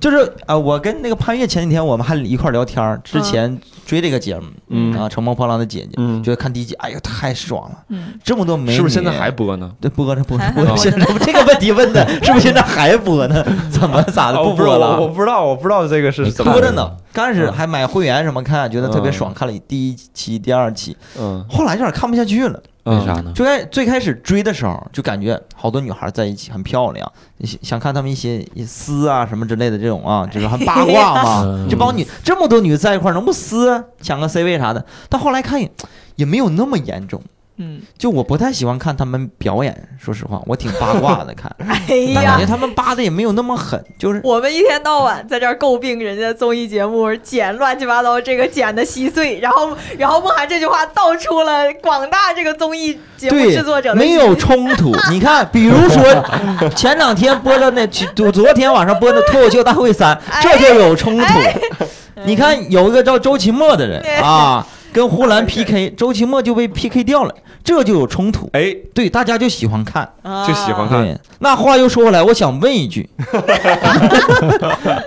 C: 就是啊、我跟那个潘越前几天我们还一块儿聊天儿，
B: 嗯
C: 之前追这个节目，
A: 嗯
C: 啊，乘风破浪的姐姐，
A: 嗯
C: 觉得看第一集，哎呦，太爽了，
B: 嗯，
C: 这么多美女，
A: 是不是现在还播呢？
C: 对，播着播着
B: 还
C: 播
A: 还
C: 着，
A: 播
C: 现在这个问题问 的，是不是现在还播呢？怎么咋的
A: 哦不
C: 不
A: 是
C: 播
A: 我我
C: 了？
A: 不知道，我不知道这个是怎么
C: 播
A: 回
C: 着
A: 事
C: 呢，嗯刚开始还买会员什么看，觉得特别爽，看了第一期、第二期，
A: 嗯，
C: 后来有点看不下去了。
D: 为
A: 嗯
D: 啥？呢？
C: 最开最开始追的时候，就感觉好多女孩在一起很漂亮，你想想看她们一些撕啊什么之类的这种 啊，就是很八卦嘛
D: 嗯。
C: 这帮女这么多女在一块儿，能不撕抢个 C 位啥的？但后来看也也没有那么严重，
B: 嗯，
C: 就我不太喜欢看他们表演，说实话，我挺八卦的 看，
B: 哎
C: 但感
B: 呀
C: 觉，他们扒的也没有那么狠，就是
B: 我们一天到晚在这儿诟病人家综艺节目剪乱七八糟，这个剪的稀碎，然后然后梦涵这句话道出了广大这个综艺节目
C: 对
B: 制作者，的
C: 没有冲突。 你看，比如说前两天播的那，昨昨天晚上播的《脱口秀大会三》，
B: 哎
C: 这就有冲突。 你看，有一个叫周奇墨的人
B: 对
C: 啊，跟呼兰 PK，周奇墨就被 PK 掉了，这就有冲突。
A: 哎，
C: 对，大家就喜欢看。
B: 啊
A: 就喜欢看
C: 对，那话又说回来，我想问一句，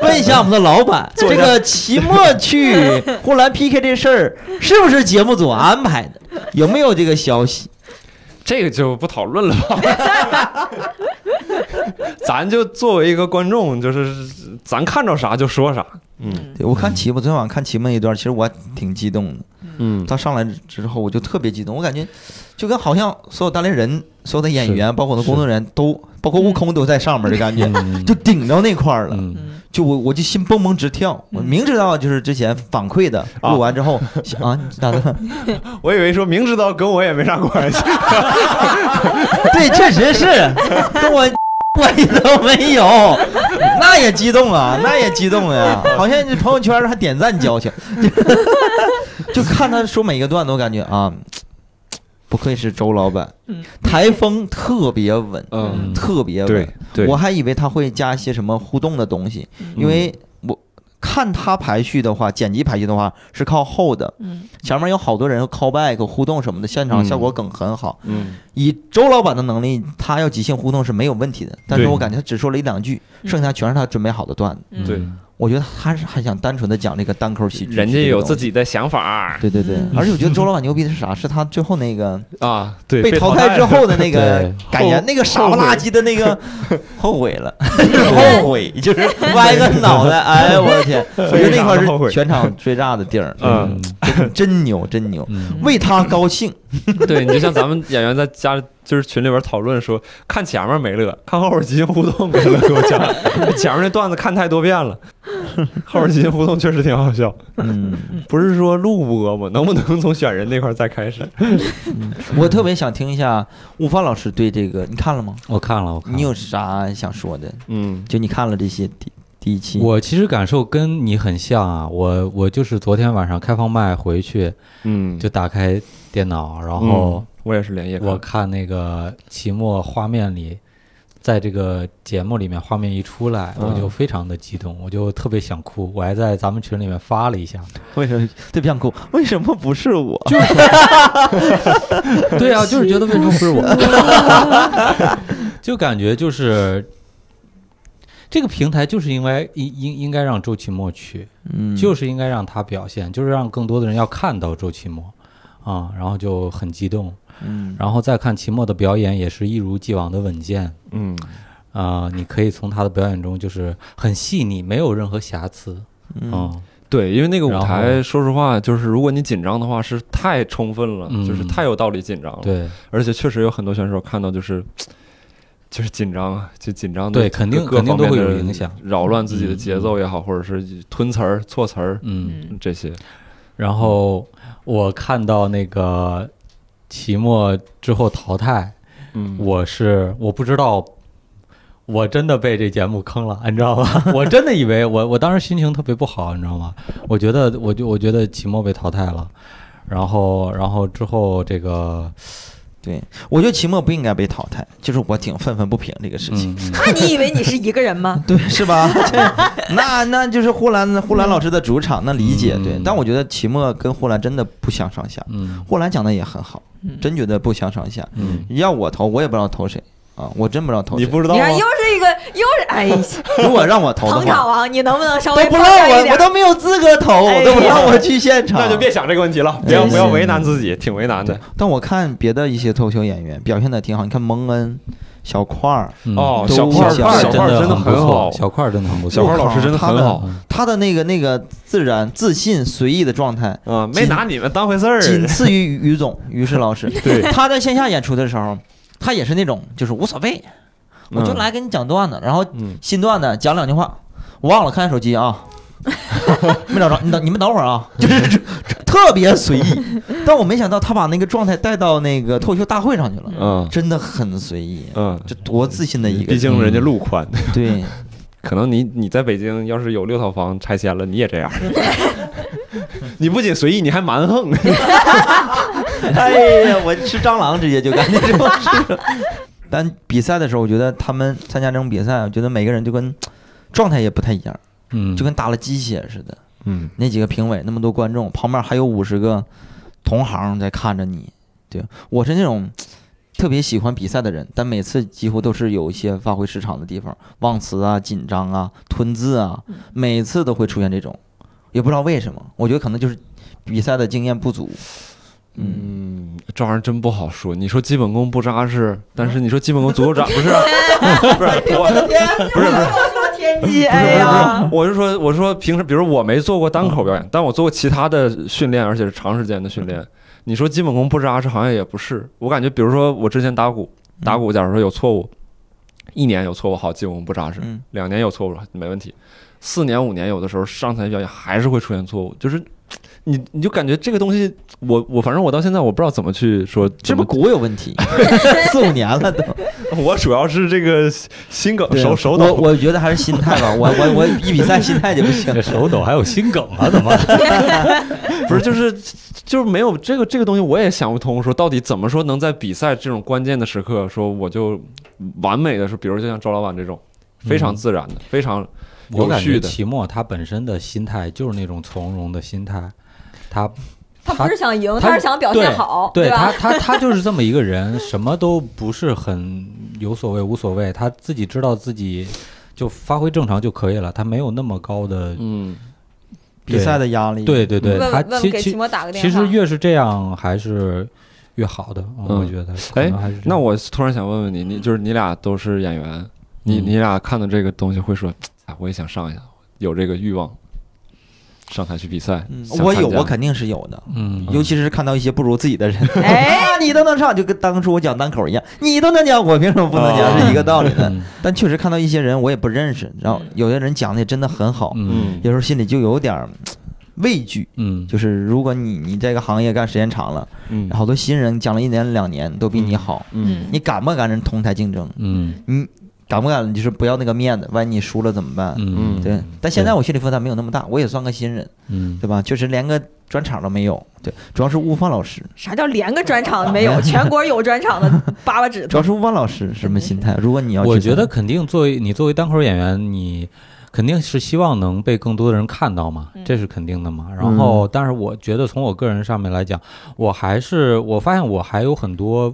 C: 问一下我们的老板，这个期末去呼兰 PK 这事儿，是不是节目组安排的？有没有这个消息？
A: 这个就不讨论了吧， 咱就作为一个观众，就是咱看着啥就说啥。嗯
C: 对我看齐墨，昨天晚上看齐墨那段，其实我还挺激动的。
A: 嗯，
C: 他上来之后，我就特别激动，我感觉就跟好像所有大连人、所有的演员，包括我的工作人员都，包括悟空都在上面的感
A: 嗯
C: 觉， 就顶到那块儿了。
D: 嗯，
B: 嗯
C: 就我我就心蹦蹦直跳，我
B: 嗯
C: 明知道就是之前反馈的，
A: 啊
C: 录完之后想啊，你咋的？
A: 我以为说明知道跟我也没啥关系，
C: 对，确 实是跟我 关系都没有，那也激动啊，那也激动呀、好像这朋友圈还点赞交情， 就看他说每一个段子，我感觉啊，不愧是周老板，
B: 嗯
C: 台风特别稳，
A: 嗯
C: 特别稳。
A: 对对，
C: 我还以为他会加一些什么互动的东西，因为
A: 嗯
C: 我看他排序的话，剪辑排序的话是靠后的，
B: 嗯
C: 前面有好多人 call back 互动什么的，现场
A: 嗯
C: 效果梗很好。
A: 嗯
C: 以周老板的能力，他要即兴互动是没有问题的。但是
A: 对
C: 我感觉他只说了一两句，
B: 嗯
C: 剩下全是他准备好的段子。
B: 嗯
A: 对
C: 我觉得他是还想单纯的讲这个单口喜剧，
A: 人家有自。己的想法
C: 对对对
B: 嗯，
C: 而且我觉得周老板牛逼的是啥？是他最后那个
A: 啊，对，
C: 被淘汰之后的那个
A: 对
C: 感言
A: 后，
C: 那个傻不拉几的那个 后悔 了，后悔就是歪个脑袋，哎呦我的天！我觉得那块
A: 非常地后
C: 是
A: 悔
C: 全场最炸的地儿，
A: 嗯，
C: 真牛真牛，
D: 嗯
C: 为他高兴。
A: 对你就像咱们演员在家就是群里边讨论说，看前面没乐，看后边即兴互动给乐够呛。前面那段子看太多遍了，后边即兴互动确实挺好笑。
C: 嗯，
A: 不是说录播吗？能不能从选人那块儿再开始？嗯
C: 我特别想听一下悟饭老师对这个，你看了吗？
D: 我看了，我看了
C: 你有啥想说的？
A: 嗯
C: 就你看了这些第第一期，
D: 我其实感受跟你很像啊，我我就是昨天晚上开放麦回去
A: 嗯
D: 就打开电脑，然后
A: 我也是连夜看
D: 我看那个期末画面里，在这个节目里面画面一出来，
A: 嗯
D: 我就非常的激动，我就特别想哭，我还在咱们群里面发了一下。
C: 为什么对不想哭？为什么不是我？
D: 对啊，就是觉得为什么不是我？就感觉就是这个平台就是应该应应应该让周奇墨去，
C: 嗯，
D: 就是应该让他表现，就是让更多的人要看到周奇墨啊，然后就很激动，
C: 嗯，
D: 然后再看奇墨的表演也是一如既往的稳健
A: 嗯
D: 啊、你可以从他的表演中就是很细腻，没有任何瑕疵
C: 嗯，
D: 啊，
A: 对，因为那个舞
D: 然
A: 台，
D: 后
A: 说实话，就是如果你紧张的话，是太充分了，
D: 嗯
A: 就是太有道理紧张了。，
D: 对
A: 而且确实有很多选手看到就是。就是紧张啊，就紧张的
D: 对肯定
A: 各各方面
D: 肯定都会有
A: 的
D: 影响
A: 扰乱自己的节奏也好，或者是吞词儿、错词儿
D: 嗯
B: 嗯
A: 这些。
D: 然后我看到那个期末之后淘汰，
A: 嗯，
D: 我是我不知道，我真的被这节目坑了，你知道吗？我真的以为我我当时心情特别不好，你知道吗？我觉得我就我觉得期末被淘汰了，然后然后之后这个
C: 对，我觉得期末不应该被淘汰，就是我挺愤愤不平这个事情。
D: 嗯嗯
B: 那你以为你是一个人吗？
C: 对，是吧？ 这那那就是呼兰呼兰老师的主场，那理解
D: 嗯
C: 对。但我觉得期末跟呼兰真的不相上下，
D: 嗯
C: 呼兰讲的也很好，
B: 嗯
C: 真觉得不相上下。
D: 嗯，
C: 要我投，我也不知道投谁啊，我真不知道投谁。
A: 你 不知道啊吗
B: 你看，？又是一个，又是哎呀，
C: 如果让我投的
B: 捧
C: 话
B: 场，王，你能不啊能稍微
C: 都不
B: 放
C: 让
B: 开一
C: 我，
B: 点
C: 我都没有资格投，
B: 哎呀
C: 都不让我去现场。
A: 那就别想这个问题了，不要
D: 嗯
C: 真
A: 不要
C: 是
A: 为难自己，挺为难的。
C: 但我看别的一些脱口秀演员表现的挺好，你看蒙恩、小块儿，
D: 嗯
A: 哦，
C: 都
A: 小
C: 不
A: 块儿
C: 想
A: 小
D: 块
A: 块
D: 儿
A: 儿真
D: 的
A: 的
D: 不
A: 很
D: 错，
A: 好，
D: 小块儿真的很不
A: 小
D: 错
A: 块，儿老师真的很好
D: 嗯
C: 他的那个那个自然、自信、随意的状态，
A: 啊，没
C: 仅
A: 拿你们当回事儿。
C: 仅次于 于总、于是老师。
A: 对
C: 他在线下演出的时候，他也是那种就是无所谓，我就
A: 嗯
C: 来给你讲段子，然后
A: 嗯
C: 新段子讲两句话，我忘了看手机啊。没找着。你等你们等会儿啊，就是
A: 嗯
C: 特别随意。但我没想到他把那个状态带到那个脱口秀大会上去了，
A: 嗯
C: 真的很随意，
A: 嗯，
C: 这多自信的一个
A: 毕
C: 人。
A: 竟人家路宽，
D: 嗯
C: 对，
A: 可能你你在北京要是有六套房拆迁了，你也这样。 你不仅随意，你还蛮横。
C: 哎呀，我吃蟑螂直接就干那种事。但比赛的时候，我觉得他们参加这种比赛，我觉得每个人就跟状态也不太一样，
D: 嗯，
C: 就跟打了鸡血似的。
A: 嗯，
C: 那几个评委，那么多观众，旁边还有五十个同行在看着你。对我是那种特别喜欢比赛的人，但每次几乎都是有一些发挥失常的地方，忘词啊、紧张啊、吞字啊，每次都会出现这种，也不知道为什么。我觉得可能就是比赛的经验不足。嗯，
A: 嗯，这玩意儿真不好说。你说基本功不扎
C: 嗯
A: 实，但是你说基本功足够扎，不是、啊 不是我不是不是
B: 说天机，
A: 不
B: 哎
A: 是
B: 呀，
A: 我是说，我是说平时，比如我没做过单口
C: 嗯
A: 表演，但我做过其他的训练，而且是长时间的训练。你说基本功不扎实，好像也不是。我感觉，比如说我之前打鼓，
C: 嗯
A: 打鼓假如说有错误，一年有错误好，基本功不扎实；
C: 嗯
A: 两年有错误没问题；四年五年有的时候上台表演还是会出现错误，就是。你你就感觉这个东西，我我反正我到现在我不知道怎么去说，
C: 是
A: 怎
C: 不
A: 么
C: 是鼓有问 题？四五年了都。
A: 我主要是这个心梗
C: 对
A: 手手
C: 我
A: 抖，
C: 我觉得还是心态吧，我我我一比赛心态就不行
D: 这。手抖还有心梗啊？怎么？
A: 不是，就是 就是没有这个这个东西，我也想不通，说到底怎么说能在比赛这种关键的时刻，说我就完美的说，比如就像周老板这种非
C: 嗯
A: 常自然的，非常
D: 我
A: 有
D: 感
A: 序
D: 觉
A: 的
D: 齐墨他本身的心态就是那种从容的心态，他
B: 他不是想赢，
D: 他
B: 他是想表现好，
D: 对他
B: 吧？
D: 他他就是这么一个人，什么都不是很有所谓无所谓，他自己知道自己就发挥正常就可以了，他没有那么高的，
A: 嗯
C: 比赛的压力，
D: 对对对，
B: 问
D: 他
B: 问
D: 其
B: 给
D: 其
B: 齐墨打个电话。
D: 其实越是这样还是越好的，嗯
A: 嗯
D: 我觉得。可能还是这样
A: 那我突然想问问你，你就是你俩都是演员，你
D: 嗯
A: 你俩看到这个东西会说，哎，我也想上一下，有这个欲望，上台去比赛
C: 嗯，
A: 想
C: 我有，
A: 参加
C: 我肯定是有的。
D: 嗯，
C: 尤其是看到一些不如自己 的人，
B: 哎，
C: 啊，你都能唱，就跟当初我讲单口一样，你都能讲，我凭什么不能讲
A: 哦
C: 是一个道理的。
D: 嗯
C: 但确实看到一些人我也不认识，然后有些人讲的也真的很好，
D: 嗯
C: 有时候心里就有点儿畏惧。
D: 嗯，
C: 就是如果你你这个行业干时间长了，
A: 嗯
C: 好多新人讲了一年两年都比你好，
A: 嗯
C: 你敢不敢跟人同台竞争？
D: 嗯
C: 你敢不敢就是不要那个面子？万一你输了怎么办？
D: 嗯
C: 对，但现在我心理负担没有那么大，我也算个新人，
D: 嗯
C: 对吧？就是连个专场都没有，对，主要是吴芳老师，
B: 啥叫连个专场没有？全国有专场的扒拉指
C: 主
B: 头
C: 要。是吴芳老师什么心态？如果你要去
D: 我觉得肯定作为你作为单口演员，你肯定是希望能被更多的人看到嘛，
B: 嗯
D: 这是肯定的嘛。然后，
A: 嗯
D: 但是我觉得从我个人上面来讲，我还是我发现我还有很多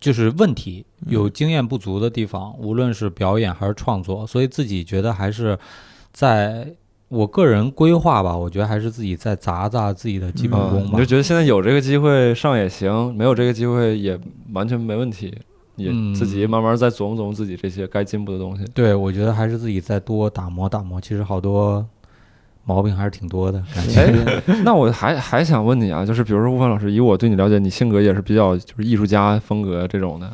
D: 就是问题，
A: 嗯
D: 有经验不足的地方，无论是表演还是创作，所以自己觉得还是在。我个人规划吧，我觉得还是自己再砸砸自己的基本
A: 嗯
D: 功吧。
A: 你就觉得现在有这个机会上也行，没有这个机会也完全没问题，也
D: 嗯
A: 自己慢慢再琢磨琢磨自己这些该进步的东西。
D: 对，我觉得还是自己再多打磨打磨。其实好多毛病还是挺多的，感觉。
A: 哎，那我还还想问你啊，就是比如说吴凡老师，以我对你了解，你性格也是比较就是艺术家风格这种的。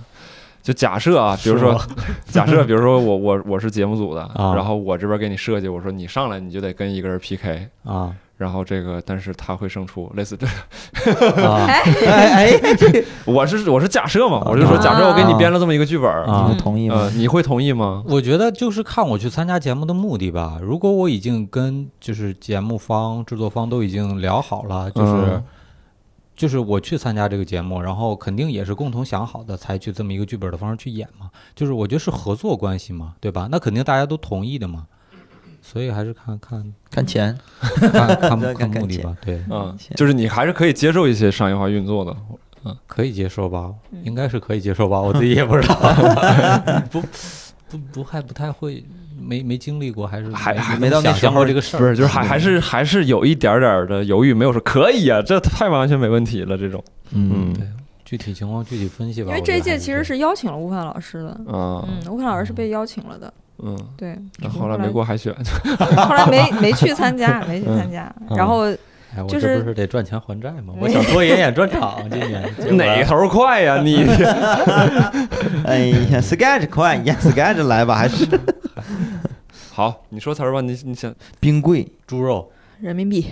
A: 就假设啊，比如说， 假设比如说我我我是节目组的，
D: 啊
A: 然后我这边给你设计，我说你上来你就得跟一个人 PK，
D: 啊
A: 然后这个但是他会胜出，类似这，
D: 啊
B: 哎，
C: 哎哎，哎这
A: 我是我是假设嘛，我就说假设我给你编了这么一个剧本，
D: 啊
C: 你们同意
A: 呃
C: 吗？，
A: 你会同意吗？
D: 我觉得就是看我去参加节目的目的吧。如果我已经跟就是节目方、制作方都已经聊好了，就是、
A: 嗯
D: 就是我去参加这个节目，然后肯定也是共同想好的，才去这么一个剧本的方式去演嘛。就是我觉得是合作关系嘛，对吧？那肯定大家都同意的嘛。所以还是看看
C: 看钱，
D: 看
C: 对
D: 看
C: 看
D: 看目
C: 看
D: 的
C: 见
D: 吧，对，
A: 嗯
C: 行，
A: 就是你还是可以接受一些商业化运作的。
D: 可以接受吧，嗯应该是可以接受吧，我自己也不 知道，不不不还不太会，没没经历过，还是
A: 还还
C: 没到那
D: 想
C: 时
D: 象
C: 候
D: 过这个事儿，
A: 不是，就是还还是还是有一点点的犹豫，没有说可以啊，这太完全没问题了。这种，
C: 嗯，
D: 对，具体情况具体分析吧。
B: 因为
D: 我觉
B: 这一
D: 得还
B: 届其实是邀请了吴凡老师的，
A: 啊，
B: 嗯，吴凡老师是被邀请了的，
A: 嗯，
B: 对。
A: 那后来没过海 选，
B: 后来没没去参加，没去参加。然后
D: 哎，我
B: 就
D: 这
B: 是嗯
D: 不是得赚钱还债吗？我想多演演专场，今 年结果
A: 哪头快呀 你？
C: 哎呀，sketch 快，演 sketch 来吧，还是
A: 好，你说词儿吧，你你想
C: 冰 柜，
D: 猪肉。
B: 人民币，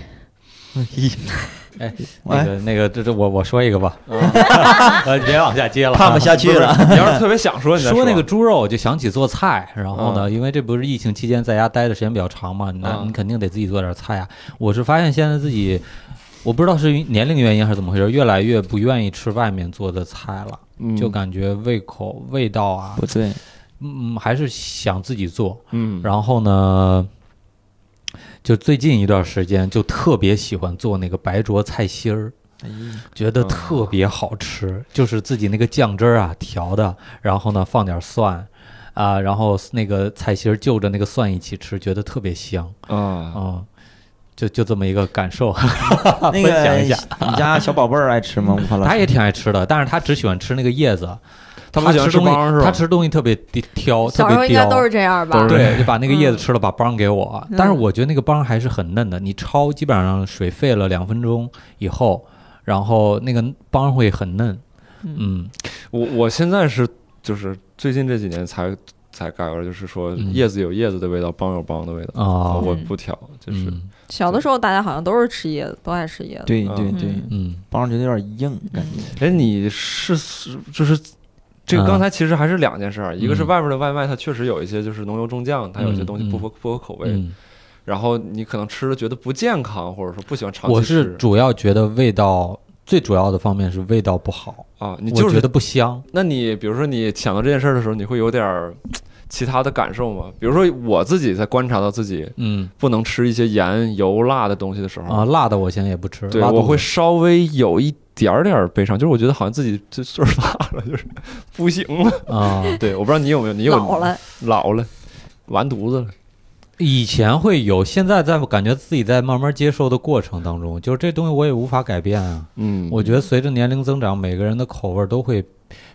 D: 那
C: 哎，
D: 个那个，这这我我说一个吧，
A: 啊
D: 呃，别往下接了。
C: 看不下去 了。
A: 你要是特别想说，你再
D: 说那个猪肉，我就想起做菜。然后呢，
A: 嗯
D: 因为这不是疫情期间在家待的时间比较长嘛，那
A: 嗯
D: 你肯定得自己做点菜啊。我是发现现在自己，我不知道是年龄原因还是怎么回事，越来越不愿意吃外面做的菜了，
A: 嗯
D: 就感觉胃口、味道啊，
C: 不对，
D: 嗯，还是想自己做。
A: 嗯，
D: 然后呢，就最近一段时间就特别喜欢做那个白灼菜心儿。觉
A: 嗯
D: 得特别好吃，就是自己那个酱汁儿啊调的，然后呢放点蒜，啊、然后那个菜心儿就着那个蒜一起吃，觉得特别香，
A: 啊，
D: 嗯，就就这么一个感受。
C: 那
D: 分
C: 个
D: 享一下
C: 你家小宝贝儿爱吃吗？吴老
D: 他
C: 师，
D: 也挺爱吃的，但是他只喜欢吃那个叶子，
A: 他不喜欢
D: 吃
A: 吃
D: 东西
A: 帮是吧？
D: 他吃东西特别地挑，哦特
B: 小时候
D: 别
B: 应该
D: 刁。
B: 都是这样吧
A: 都？是
D: 对，就把那个叶子吃了，把帮给我。
B: 嗯
D: 但是我觉得那个帮还是很嫩的，你焯基本上水沸了两分钟以后，然后那个帮会很嫩。嗯，
A: 我我现在是就是最近这几年才才改过来，就是说
D: 嗯
A: 叶子有叶子的味道，梆有梆的味道
D: 啊、
A: 我
B: 嗯
A: 不挑，就是
D: 嗯
B: 小的时候大家好像都是吃叶子，都爱吃叶子。
C: 对
A: 嗯
C: 对对，
B: 嗯
D: 嗯，
C: 帮儿觉得有点硬，感觉
A: 哎，你是是就是这个
D: 嗯
A: 刚才其实还是两件事儿，一个是
D: 嗯
A: 外面的外卖，它确实有一些就是浓油重酱，它有一些东西不
D: 嗯
A: 合不合口味，
D: 嗯，
A: 然后你可能吃了觉得不健康，或者说不喜欢长
D: 我
A: 期
D: 是
A: 吃
D: 主要觉得味道最主要的方面是味道不好，
A: 啊，你就
D: 我觉
A: 是
D: 得不香。
A: 那你比如说你想到这件事儿的时候，你会有点儿其他的感受吗？比如说我自己在观察到自己
D: 嗯
A: 不能吃一些盐、油、辣的东西的时候，
D: 啊，辣的我现在也不吃，
A: 嗯对，
D: 拉肚
A: 我
D: 子
A: 会稍微有一点儿点儿悲伤，就是我觉得好像自己这岁数大了，就是不行 了。
D: 啊。
A: 对，我不知道你有没有，你有
B: 老了，
A: 老了，完犊子了。
D: 以前会有，现在在感觉自己在慢慢接受的过程当中，就是这东西我也无法改变啊。
A: 嗯，
D: 我觉得随着年龄增长，每个人的口味都会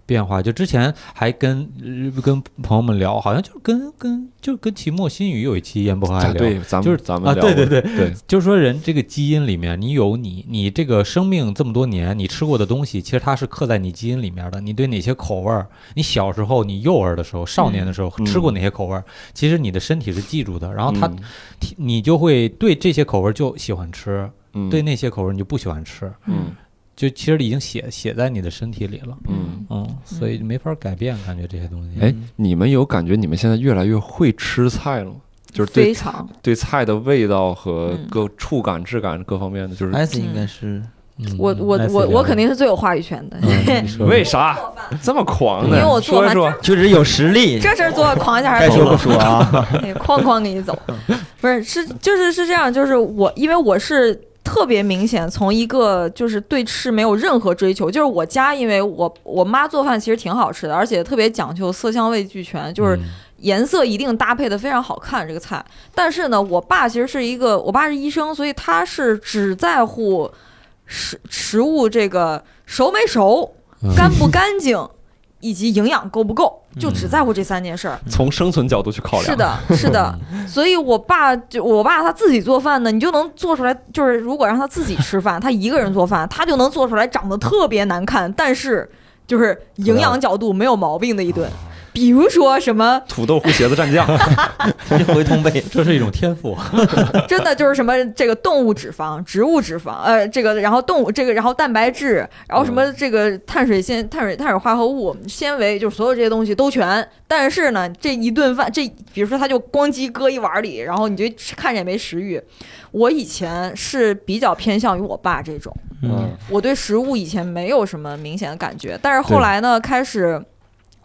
D: 变化。就之前还跟、呃跟朋友们聊，好像就是跟跟就跟奇墨新语有一期烟波还
A: 啊
D: 聊，
A: 对，咱们
D: 就是
A: 咱们
D: 啊，
A: 聊过
D: 对对对，
A: 对，
D: 就是说人这个基因里面，你有你，你这个生命这么多年，你吃过的东西，其实它是刻在你基因里面的。你对哪些口味儿，你小时候、你幼儿的时候、少年的时候、
A: 嗯
D: 吃过哪些口味儿，其实你的身体是记住的。然后它，
A: 嗯
D: 你就会对这些口味儿就喜欢吃，
A: 嗯
D: 对那些口味儿你就不喜欢吃，
A: 嗯
D: 就其实已经写写在你的身体里了。
A: 嗯。
D: 嗯，所以没法改变，感觉这些东西。
A: 哎，你们有感觉你们现在越来越会吃菜了吗？就是对
B: 非常
A: 对菜的味道和
B: 嗯
A: 各触感、质感各方面的，就是
C: 艾斯应该是
D: 嗯，
B: 我我
D: 那次
B: 我
D: 聊
B: 我
D: 的
B: 肯定是最有话语权的，
D: 嗯你说吧
A: 为啥这么狂呢？
B: 因为我做
A: 说一
B: 饭
A: 说，
C: 确实有实力，
B: 这事儿做狂一下还
C: 该
B: 是
C: 说不说啊。
B: 对， 哐哐给你走。不是，是就是是这样，就是我，因为我是特别明显，从一个就是对吃没有任何追求，就是我家，因为我我妈做饭其实挺好吃的，而且特别讲究色香味俱全，就是
D: 嗯
B: 颜色一定搭配的非常好看这个菜。但是呢，我爸其实是一个，我爸是医生，所以他是只在乎食食物这个熟没熟、
D: 嗯
B: 干不干净，以及营养够不够，就只在乎这三件事儿。
A: 从生存角度去考量，
B: 是，的，是的，所以我爸就我爸他自己做饭呢，你就能做出来。就是如果让他自己吃饭，他一个人做饭，他就能做出来长得特别难看，但是就是营养角度没有毛病的一顿。比如说什么，
A: 土豆糊茄子蘸酱，
C: 这回通背，
D: 这是一种天赋。
B: 真的就是什么这个动物脂肪、植物脂肪，呃，这个然后动物这个然后蛋白质，然后什么这个碳水纤碳水碳水化合物、纤维，就是所有这些东西都全。但是呢，这一顿饭，这比如说他就咣叽搁一碗里，然后你就吃看着也没食欲。我以前是比较偏向于我爸这种，
A: 嗯
B: 我对食物以前没有什么明显的感觉，但是后来呢，开始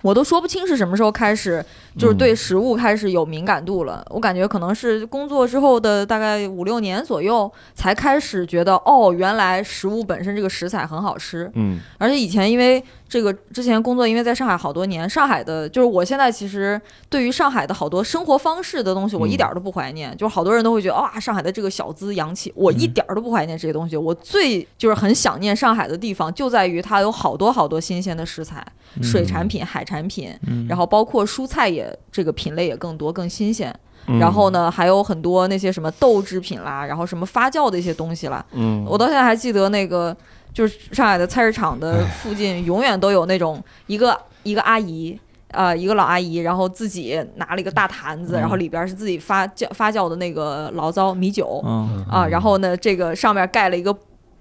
B: 我都说不清是什么时候开始，就是对食物开始有敏感度了。我感觉可能是工作之后的大概五六年左右，才开始觉得哦，原来食物本身这个食材很好吃。
A: 嗯
B: 而且以前因为这个之前工作，因为在上海好多年，上海的就是我现在其实对于上海的好多生活方式的东西，我
A: 嗯
B: 一点儿都不怀念。就是好多人都会觉得哇、上海的这个小资洋气，
A: 嗯
B: 我一点儿都不怀念这些东西。我最就是很想念上海的地方，就在于它有好多好多新鲜的食材，
A: 嗯
B: 水产品、海产品，
C: 嗯
B: 然后包括蔬菜也这个品类也更多、更新鲜。
A: 嗯
B: 然后呢，还有很多那些什么豆制品啦，然后什么发酵的一些东西啦，
A: 嗯，
B: 我到现在还记得那个，就是上海的菜市场的附近，永远都有那种一个一个阿姨。呃一个老阿姨，然后自己拿了一个大坛子，
C: 嗯
B: 然后里边是自己发酵发酵的那个醪糟米酒
C: 嗯
B: 啊，然后呢，这个上面盖了一个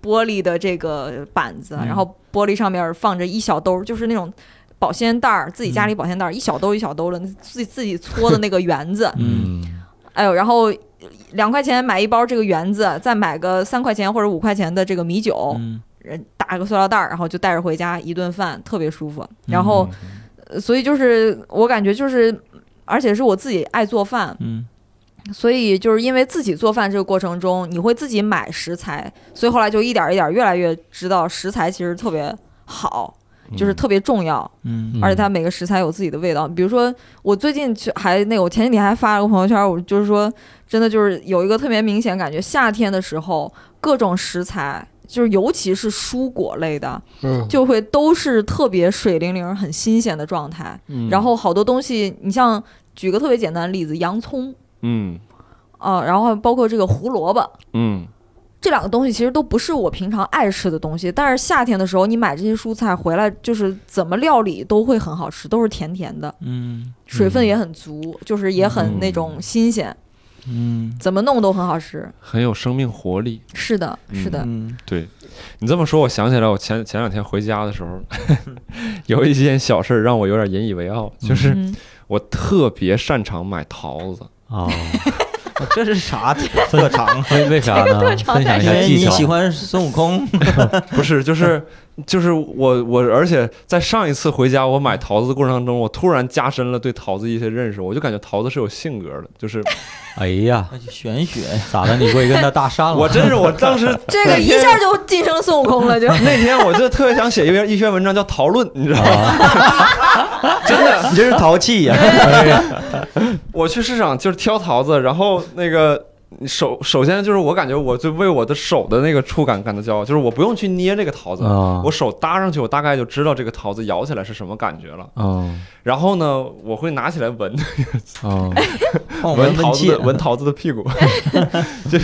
B: 玻璃的这个板子，
C: 嗯
B: 然后玻璃上面放着一小兜，就是那种。保鲜袋儿，自己
C: 嗯
B: 家里保鲜袋儿，一小兜一小兜的，自己自己搓的那个 圆子，
C: 嗯
B: 哎呦，然后两块钱买一包这个圆子，再买个三块钱或者五块钱的这个米酒，
C: 嗯
B: 人打个塑料袋儿，然后就带着回家，一顿饭特别舒
C: 嗯
B: 服。然
D: 嗯
B: 后，呃所以就是我感觉就是，而且是我自己爱做饭，
C: 嗯
B: 所以就是因为自己做饭这个过程中，你会自己买食材，所以后来就一点儿一点儿越来越知道食材其实特别好，就是特别重要。
C: 嗯
D: 嗯
B: 而且它每个食材有自己的味道。比如说，我最近去还那个，我前几天还发了个朋友圈，我就是说，真的就是有一个特别明显感觉，夏天的时候各种食材。就是尤其是蔬果类的，
A: 嗯，
B: 就会都是特别水灵灵、很新鲜的状态。
A: 嗯
B: 然后好多东西，你像举个特别简单的例子，洋葱
A: 嗯
B: 啊、然后包括这个胡萝卜，
A: 嗯
B: 这两个东西其实都不是我平常爱吃的东西，但是夏天的时候你买这些蔬菜回来，就是怎么料理都会很好吃，都是甜甜的。
C: 嗯
B: 水分也很足，就是也很那种新鲜，
C: 嗯
B: 怎么弄都很好吃。
A: 很有生命活力。
B: 是的，
A: 嗯
B: 是的，
C: 嗯
A: 对你这么说，我想起来，我前前两天回家的时候， 有一件小事儿让我有点引以为傲，就是
B: 嗯，
A: 我特别擅长买桃子。
D: 啊，
C: 这是啥哦 特长？
D: 为为啥 呢？
B: 特长
D: 分享一
C: 因
D: 下
C: 为
D: 技
C: 你
D: 巧。
C: 喜欢孙悟 空，
A: 不是，就是就是我我，而且在上一次回家我买桃子的过程当中，我突然加深了对桃子一些认识，我就感觉桃子是有性格的，就是
D: 哎呀，
C: 玄学
D: 咋的？你过去跟他搭讪
C: 哦
D: 了？
A: 我真是我当时
B: 这个一下就晋升孙悟空了，就
A: 那天我就特别想写一篇一篇文章叫《桃论》，你知道吗？
D: 啊，
A: 真的，
C: 你这是淘气 呀！
D: 嗯
A: 我去市场就是挑桃子，然后那个。首首先就是我感觉我就为我的手的那个触感感到骄傲，就是我不用去捏这个桃子，
D: 啊
C: 哦
A: 我手搭上去，我大概就知道这个桃子咬起来是什么感觉了。
C: 哦
D: 嗯
A: 然后呢，我会拿起来闻，
D: 嗯
C: 帮我
A: 闻
C: 们
A: 桃
C: 问
A: 子
C: 切
A: 的，闻桃子的屁股，这，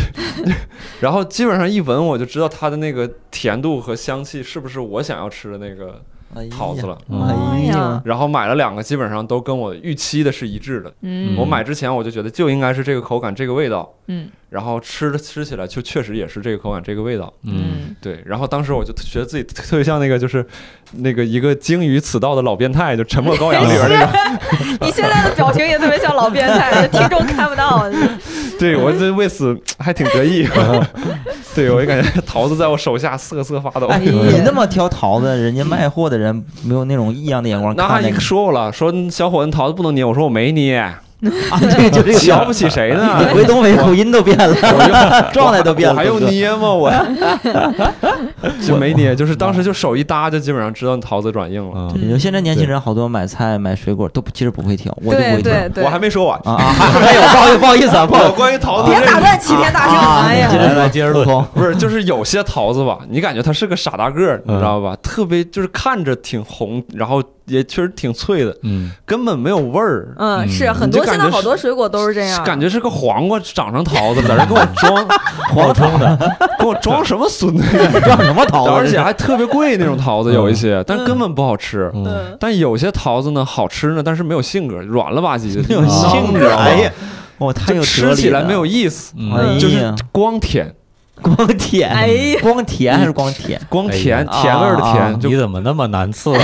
A: 然后基本上一闻我就知道它的那个甜度和香气是不是我想要吃的那个
C: 哎呀
A: 桃子了。
C: 哎呀，
A: 然后买了两个，基本上都跟我预期的是一致的。
B: 嗯，
A: 我买之前我就觉得就应该是这个口感，这个味道，
B: 嗯
A: 然后吃吃起来就确实也是这个口感，这个味道。
D: 嗯，
A: 对，然后当时我就觉得自己特特别像那个，就是那个一个鲸鱼此道的老变态，就沉默羔羊里边那种。
B: 你现在的表情也特别像老变态，听众看不到。
A: 对我这为此还挺得 意。对我就感觉桃子在我手下瑟瑟发抖。
C: 哎，
B: 呀
C: 你那么挑桃子，人家卖货的人没有那种异样的眼光
A: 那阿
C: 看着
A: 姨
C: 你
A: 说我了，说小伙子你桃子不能捏，我说我没捏，
C: 啊？ 对，就这个
A: 瞧不起啊谁呢？
C: 你回东北口音都 变 了，状态都变了，
A: 我还用
C: 哥
A: 捏吗？我 就没捏，就是当
C: 啊
A: 时就手一搭，就基本上知道桃子转硬了。
D: 嗯
C: 你说现在年轻人好多买菜买水果都不其实不会挑，我就不
B: 对
C: 会挑
B: 对对
A: 我，还没说完，
C: 啊 啊！还有，不好意思，不好意思啊，不好
A: 我
C: 意思。
A: 关于桃子
B: 别
A: 这
B: 打断齐天大圣，
C: 啊
B: 哎呀，
C: 接着说，
D: 接着说
C: 说，
A: 不是，就是有些桃子吧，你感觉它是个傻大个
C: 嗯
A: 儿，你知道吧？特别就是看着挺红，然后也确实挺脆的，
D: 嗯
A: 根本没有味儿。
B: 嗯，
D: 嗯
B: 是很
A: 你就
B: 多现
A: 感
B: 在
A: 觉
B: 好
A: 是
B: 多水果都是这样，
A: 感觉是个黄瓜长成桃子，在这跟我 装，
C: 黄桃 的，
A: 跟我装什么孙子？
C: 装什 么桃子？
A: 而且还特别贵那种桃子，有一些，但根本不好吃。
D: 嗯，
B: 嗯，
A: 但有些桃子呢，好吃呢，但是没有性格，软了吧唧的，
C: 没有性格，哎呀，我太
A: 就
C: 有
A: 吃起来没有
C: 意
A: 意思，
C: 哎
D: 嗯
A: 就是
C: 呀，
A: 光甜，
C: 光舔，
B: 哎呀
C: 光甜还是光 舔？
A: 光甜，
C: 哎呀
A: 甜味儿的
C: 啊
A: 甜，
D: 你
A: 就
D: 怎么那么难伺候？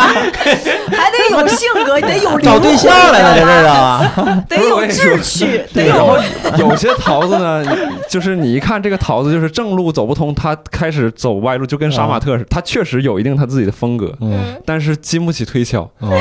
B: 还得有性格，得有灵
C: 找
B: 魂
C: 对象来了，在这儿啊？
B: 得有志气， 得
A: 然
B: 有
A: 后 有些桃子呢，就是你一看这个桃子，就是正路走不通，它开始走歪路，就跟杀马特似的，它确实有一定它自己的风格，
D: 嗯
A: 但是经不起推敲。
C: 哦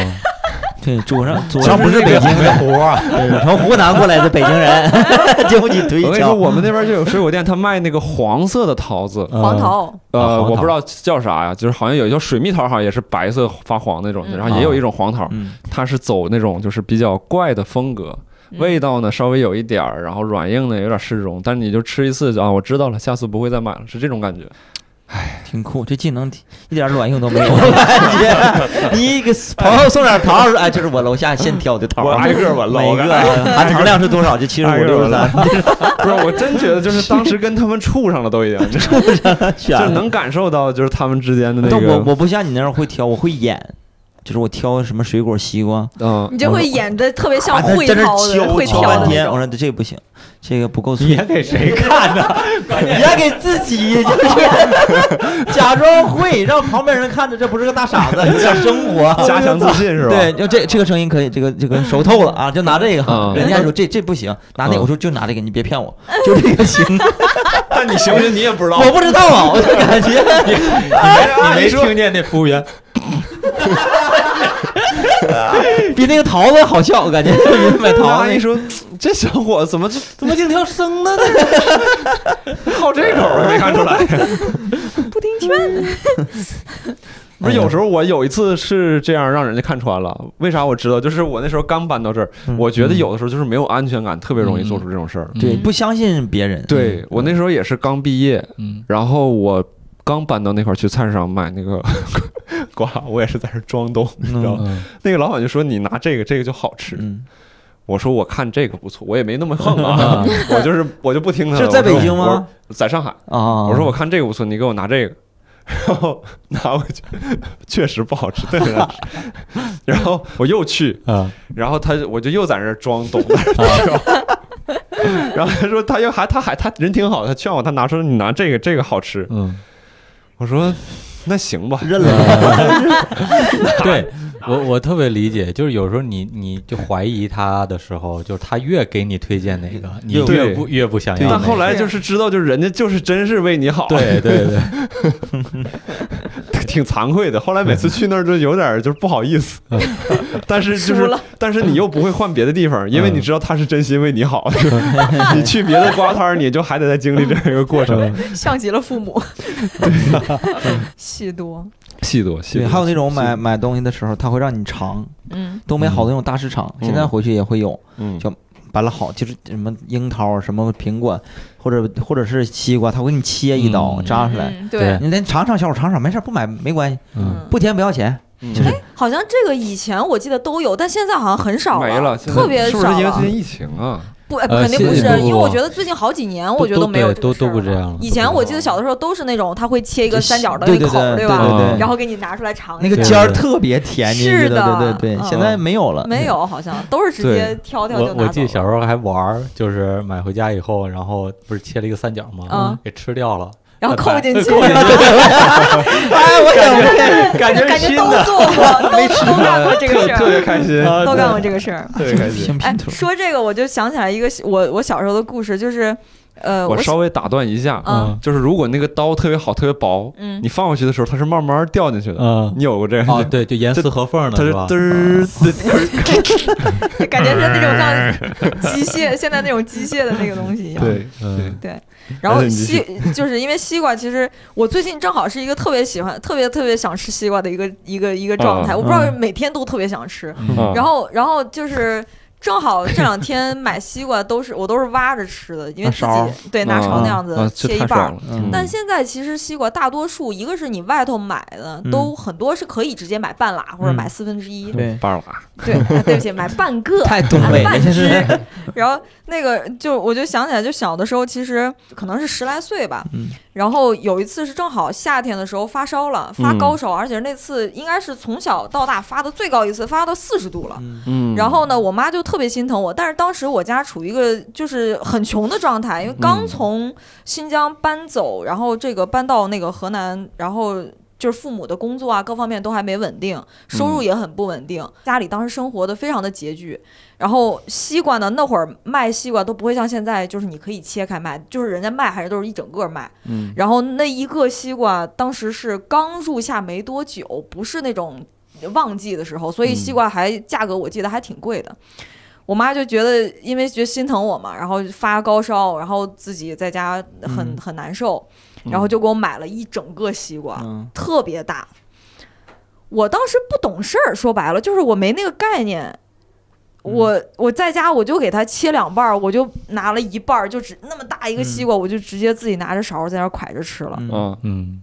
D: 嗯，
C: 对，祖上祖
A: 咱
C: 上
A: 不是
C: 北京
D: 红
C: 人，
D: 活啊，
C: 对从湖南过来的北京人， 经不起推
A: 我跟你说，
C: 敲。
A: 我们那边就有水果店，它卖那个黄色的桃子，
D: 嗯
B: 黄桃，
A: 呃，
D: 啊黄
A: 我不
D: 桃
A: 知道叫啥呀，就是好像有一叫水蜜桃，好像也是白色发黄那种的，
B: 嗯
A: 然后也有一种黄桃，
C: 嗯，
A: 它是走那种就是比较怪的风格，
B: 嗯
A: 味道呢稍微有一点儿，然后软硬呢有点适中，但是你就吃一次就啊，我知道了，下次不会再买了，是这种 感觉。
C: 挺酷，这技能一点卵用都没有，我感觉。 你给朋友送点桃，哎，这是我楼下现挑的桃，
A: 我挨个闻了
C: 每
A: 我
C: 个啊
A: 感
C: 含糖量是多少？就七十
A: 挨
C: 五、
A: 个
C: 六
A: 闻
C: 十三
A: 了，不是，我真觉得就是当时跟他们处上了都已 经，就
C: 选
A: 是能感受到就是他们之间的那
C: 哎但我
A: 个。
C: 我不像你那样会挑，我会演。就是我挑什么水果西瓜，
A: 嗯，
B: 你就会演的特别像
C: 啊他
B: 会
C: 在那
B: 挑的，
C: 敲
B: 会
C: 敲
B: 挑
C: 半
B: 的那
C: 天，我
B: 种。
C: 说这不行，这个不够
D: 你
C: 脆，
D: 演给谁 看呢？
C: 你还给自己就是 假装会，让旁边人看着这不是个大傻子，你想生 活。
A: 加强自信是吧？
C: 对，就这这个声音可以，这个这个熟透了啊，就拿这个。
A: 嗯
C: 人家说这这不行，拿那个，
A: 嗯
C: 我说就拿这个，你别骗我，就这个行。
A: 但你行不行你也不知道
C: 我不知道啊，我就感觉
D: 你你没你没听见那服务员？
C: 比那个桃子好笑，我感觉比买
A: 那
C: 桃
A: 阿
C: 子
A: 姨 说：“这小伙子怎么这
D: 怎么净挑生的呢？
A: 好这口儿啊？没看出来。
B: 不听劝，
A: 不是有时候我有一次是这样让人家看穿了，为啥我知道？就是我那时候刚搬到这儿，
C: 嗯
A: 我觉得有的时候就是没有安全感，特别容易做出这种事儿。
C: 对，
D: 嗯
C: 不相信别人。
A: 对我那时候也是刚毕业，
D: 嗯，
A: 然后我刚搬到那块儿去菜市场买那个 瓜，我也是在这儿装懂，你知道吗？那个老板就说你拿这个，这个就好吃。
C: 嗯，
A: 我说我看这个不错，我也没那么横啊， 我就是我就不听他的。
C: 是在
A: 我说
C: 北京吗？
A: 我在上海。
C: 啊，
A: 我说我看这个不错，你给我拿这个，然后拿回去，确实不好吃，特别难吃。 然后我又去，
D: 啊，
A: 然后他我就又在那儿装懂，
C: 啊
A: 然后他说他又还他还他人挺好，他劝我他拿出你拿这个这个好吃，
D: 嗯，
A: 我说那行吧，
C: 认了，
D: 对我我特别理解，就是有时候你你就怀疑他的时候，就是他越给你推荐哪个，你
A: 对
D: 越不越不想要
A: 但
D: 那
A: 后
D: 个。
A: 来
C: 啊
A: 就是知道，就是人家就是真是为你好，
D: 对对对，
A: 挺惭愧的。后来每次去那儿就有点儿就是不好意思， 但是就
B: 输
A: 是
B: 了
A: 但是你又不会换别的地方，因为你知道他是真心为你 好。你去别的瓜摊儿，你就还得再经历这样一个过程。
B: 像极了父母， 戏多。
A: 细多细
C: 对，还有那种买买东西的时候，他会让你尝。
B: 嗯，
C: 东北好多那种大市场，
A: 嗯
C: 现在回去也会有，
A: 嗯
C: 就摆了好，就是什么樱桃、什么苹果，或者或者是西瓜，他会给你切一刀
D: 嗯
C: 扎出来，
B: 嗯
D: 对
B: 对，
C: 你来尝尝，小伙尝尝，没事儿不买没关系，
D: 嗯，
C: 不甜不要钱。
A: 就是
B: 哎好像这个以前我记得都有，但现在好像很少
A: 没
B: 了，
A: 了，
B: 特别
A: 是
B: 少
A: 不是因为
B: 了
A: 最。近疫情啊？
B: 不，哎
D: 呃
B: 肯定不
A: 现
B: 是，
A: 在
D: 不
B: 因为
D: 不
B: 我觉得最近好几年，我觉得
D: 都
B: 没有
D: 对
B: 这
D: 都
B: 个事儿
D: 都不这样了
B: 以前我记得小的时候都是那种，他会切一个三角的
C: 对
B: 一
C: 对
B: 口，
C: 对对
B: 吧？
C: 对，
B: 然后给你拿出来尝
C: 那
B: 一
C: 个
B: 下。
C: 尖儿特别甜，你
B: 是
C: 觉得对
B: 的
C: 对对，
B: 嗯
C: 现在没有了，
B: 没有，好像都是直接挑挑就
D: 我
B: 拿走了。
D: 我记得小时候还玩儿，就是买回家以后，然后不是切了一个三角吗？
B: 嗯
D: 给吃掉了，
B: 然后扣进去，
D: 扣进
C: 哎，我也
D: 感觉
B: 感觉
D: 是新
B: 都
D: 的，
B: 做过，都都干过这个事
A: 特别
B: 儿，
A: 开心，
D: 啊
B: 都干过这个事儿。
A: 特别开心。
C: 拼
B: 哎
C: 拼，图，
B: 说这个我就想起来一个我我小时候的故事，就是呃，
A: 我
B: 我
A: 稍微打断一下，
B: 嗯
A: 就是如果那个刀特别好、特别薄，
B: 嗯
A: 你放过去的时候，它是慢慢掉进去的。
D: 嗯，
A: 你有过这
D: 哦
A: 个？
D: 对，就严丝合缝的
A: 它是哦
D: 吧
A: 嘚？儿嘚儿，
B: 感觉是那种像机械，现在那种机械的那个东西一样。
A: 对
D: 嗯，
B: 然后
A: 而且你
B: 西就是因为西瓜，其实我最近正好是一个特别喜欢、特别特别想吃西瓜的一个一个一个状态。
A: 嗯
B: 我不知道
C: 嗯
B: 每天都特别想
D: 啊
B: 吃，
A: 嗯
B: 然后然后就是。正好这两天买西瓜都是我都是挖着吃的，因为
C: 拿
B: 自己
C: 勺
B: 对拿勺那样
A: 啊啊
B: 子
A: 这
B: 切一
A: 太
B: 半
A: 爽
B: 儿
A: 了。
C: 嗯
B: 但现在其实西瓜大多数，一个是你外头买的
C: 嗯
B: 都很多是可以直接买半拉或者
C: 嗯
B: 买四分之一，
C: 对，
A: 巴尔拉，
B: 对，啊对不起，买半个，
C: 太东北了，
B: 半
C: 现在
B: 只。然后那个就我就想起来，就小的时候其实可能是十来岁吧，
C: 嗯
B: 然后有一次是正好夏天的时候发烧了，发
A: 嗯
B: 高烧，而且那次应该是从小到大发的最高一次，发到四十度了。
C: 嗯
A: 嗯
B: 然后呢，我妈就特别心疼我，但是当时我家处于一个就是很穷的状态，因为刚
A: 嗯
B: 从新疆搬走，然后这个搬到那个河南，然后。就是父母的工作啊，各方面都还没稳定，收入也很不稳定，家里当时生活的非常的拮据。然后西瓜呢，那会儿卖西瓜都不会像现在，就是你可以切开卖，就是人家卖还是都是一整个卖。
A: 嗯
B: 然后那一个西瓜当时是刚入夏没多久，不是那种旺季的时候，所以
A: 嗯
B: 西瓜还价格我记得还挺贵的。我妈就觉得，因为觉得心疼我嘛，然后发高烧，然后自己在家很、
C: 嗯
B: 很难受，
A: 嗯
B: 然后就给我买了一整个西瓜，
C: 嗯
B: 特别大。我当时不懂事儿，说白了就是我没那个概念。我我在家我就给它切两半儿，我就拿了一半儿，就只那么大一个西瓜，我就直接自己拿着勺儿在那儿蒯着吃了。
C: 嗯
A: 啊，
D: 嗯，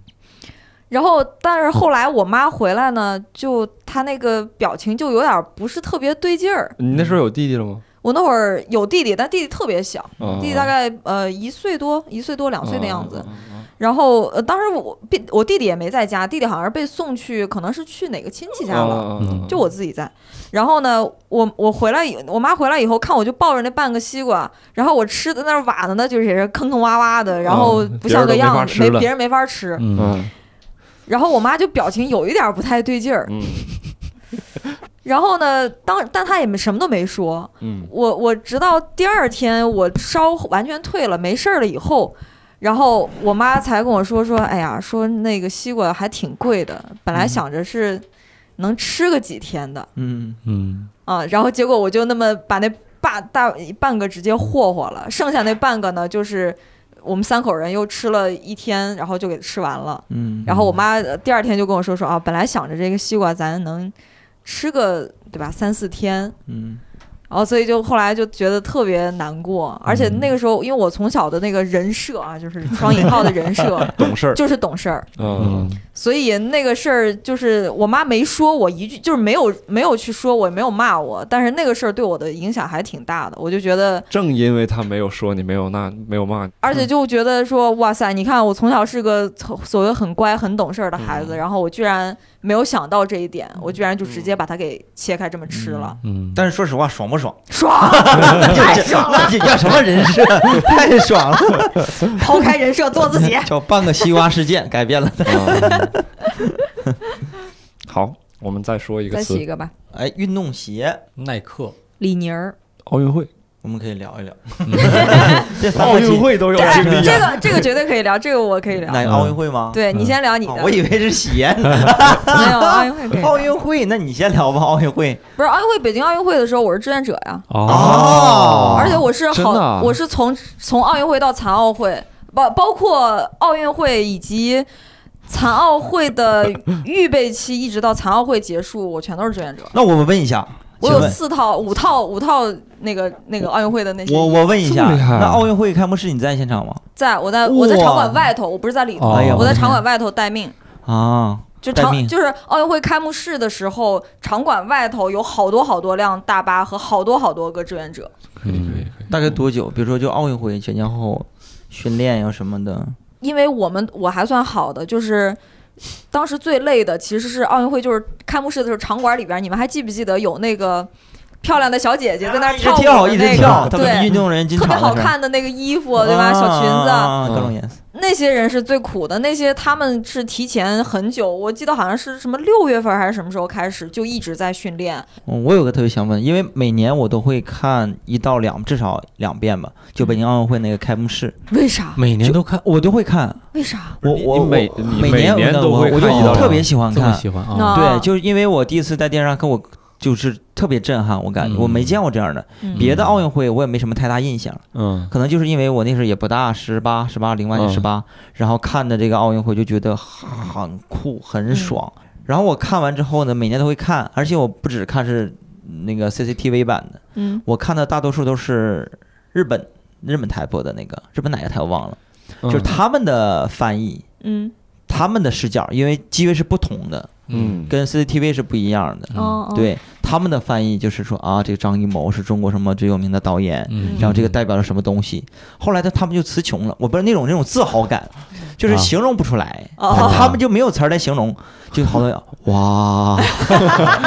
B: 然后，但是后来我妈回来呢，就她那个表情就有点不是特别对劲儿。
A: 你那时候有弟弟了吗？
B: 我那会儿有弟弟，但弟弟特别小，
A: 啊
B: 弟弟大概呃一岁多、一岁多、两岁的样子。
A: 啊啊啊
B: 然后呃，当时我弟我弟弟也没在家，弟弟好像是被送去，可能是去哪个亲戚家了。
A: 啊
D: 嗯
B: 就我自己在。然后呢，我我回来以，我妈回来以后看我就抱着那半个西瓜，然后我吃的那儿瓦的呢，就是也是坑坑洼洼的，然后
A: 嗯
B: 不像个
A: 别人都没
B: 样
A: 法
B: 子，
A: 吃
B: 没
A: 了
B: 别人没法吃。
D: 嗯，
A: 嗯
B: 然后我妈就表情有一点不太对劲儿。
A: 嗯
B: 然后呢，当但她也没什么都没说。
A: 嗯
B: 我我直到第二天我烧完全退了，没事儿了以后。然后我妈才跟我说说，哎呀，说那个西瓜还挺贵的，本来想着是能吃个几天的，
C: 嗯，
D: 嗯，
B: 啊，然后结果我就那么把那半大半个直接霍霍了，剩下那半个呢，就是我们三口人又吃了一天，然后就给吃完了。
C: 嗯，
B: 然后我妈呃第二天就跟我说说啊，本来想着这个西瓜咱能吃个对吧三四天，
C: 嗯
B: 然后所以就后来就觉得特别难过，而且
A: 嗯
B: 那个时候因为我从小的那个人设啊，就是双引号的人设
A: 懂事儿，
B: 就是懂事儿，
A: 嗯
B: 所以那个事儿就是我妈没说我一句，就是没有没有去说我，也没有骂我，但是那个事儿对我的影响还挺大的。我就觉得，
A: 正因为他没有说你没有那没有骂你，
B: 而且就觉得说，哇塞，你看我从小是个所谓很乖、很懂事儿的孩
A: 嗯
B: 子，然后我居然没有想到这一点，我居然就
A: 嗯
B: 直接把它给切开这么吃了，
D: 嗯，
C: 但是说实话，爽不
A: 嗯
C: 爽？
B: 爽！
C: 太爽了！要什么人设？ 太爽了！
B: 抛开人设做自己。
C: 叫半个西瓜事件改变了。
A: 嗯好，我们再说一个
B: 再洗
A: 词
B: 一，个吧，
C: 哎，运动鞋
D: 耐克，
B: 李宁儿，
A: 奥运会，
C: 我们可以聊一聊。 这三
A: 奥
C: 个系
A: 运会都有
B: 哎
A: 经历啊
B: 这个这个绝对可以聊，这个我可以聊。
C: 哪个奥运会吗？
B: 嗯对你先聊你的，
C: 哦啊我以为是鞋呢。
B: 没 有奥运会可以聊，
C: 奥运会，那你先聊吧。奥运会
B: 不是奥运会，北京奥运会的时候我是志愿者呀。
D: 啊
C: 哦
B: 而且我是
A: 真的啊
B: 好，我是从从奥运会到残奥会，包包括奥运会以及残奥会的预备期，一直到残奥会结束，我全都是志愿者。
C: 那我问一下，
B: 我
C: 请
B: 有
C: 问
B: 四套、五套、五套那个那个奥运会的那些，
C: 我我问一下
A: 这么厉，害啊
C: 那奥运会开幕式你在现场吗？
B: 在我在
C: 哇
B: 我在场馆外头，我不是在里
A: 哦
B: 头，
D: 哎呀
B: 我
C: 我的
B: 在
C: 天
B: 场馆外头待命。
C: 啊，
B: 就
C: 待
B: 场
C: 命
B: 就是奥运会开幕式的时候，场馆外头有好多好多辆大巴和好多好多个志愿者。
A: 可以可以可以，
C: 大概多久？比如说就奥运会前前后后训练呀什么的。
B: 因为我们我还算好的，就是当时最累的其实是奥运会，就是开幕式的时候，场馆里边，你们还记不记得有那个漂亮的小姐姐在那儿
C: 一直
B: 跳舞的
C: 哎跳，一
B: 那
C: 直
B: 个
C: 跳，他们
B: 对，
C: 运动人经
B: 特
C: 常
B: 别
C: 的
B: 好
C: 事儿
B: 看的那个衣服，对吧？小裙子，
C: 啊
A: 嗯
C: 各种颜色。
B: 那些人是最苦的，那些他们是提前很久，我记得好像是什么六月份还是什么时候开始就一直在训练，
C: 嗯我有个特别想问，因为每年我都会看一到两，至少两遍吧，就北京奥运会那个开幕式，
B: 为啥？
D: 每年都看，
C: 我都会看。
B: 为啥？
C: 我
A: 你
C: 我
A: 你每
C: 我
A: 你
C: 每
A: 每
C: 年
A: 年
C: 我
A: 都
C: 我
A: 会
C: 我
A: 看一
C: 就
A: 到
C: 特别喜欢
D: 这么
C: 看，
D: 喜欢啊，
B: 那
C: 对，就是因为我第一次在电视上看，我
A: 嗯
C: 就是特别震撼，我感觉、
D: 嗯
C: 我没见过这样的。
B: 嗯
C: 别的奥运会我也没什么太大印象，
A: 嗯
C: 可能就是因为我那时候也不大，十八、十八零八年
A: 嗯
C: 十八，然后看的这个奥运会就觉得很
A: 嗯
C: 酷、很爽。然后我看完之后呢，每年都会看，而且我不只看是那个 CCTV 版的，
B: 嗯
C: 我看的大多数都是日本日本台播的那个，日本哪个台我忘了，
A: 嗯
C: 就是他们的翻译，
B: 嗯
C: 他们的视角，因为机位是不同的，
A: 嗯
C: 跟 CCTV 是不一样的。
B: 哦哦
C: 嗯对他们的翻译就是说啊，这个张艺谋是中国什么最有名的导演，
D: 嗯，
C: 然后这个代表了什么东西。后来他他们就词穷了，我不是那种那种自豪感，就是
D: 啊
C: 形容不出来，
B: 哦
C: 他们就没有词儿来形 容，就好多人哇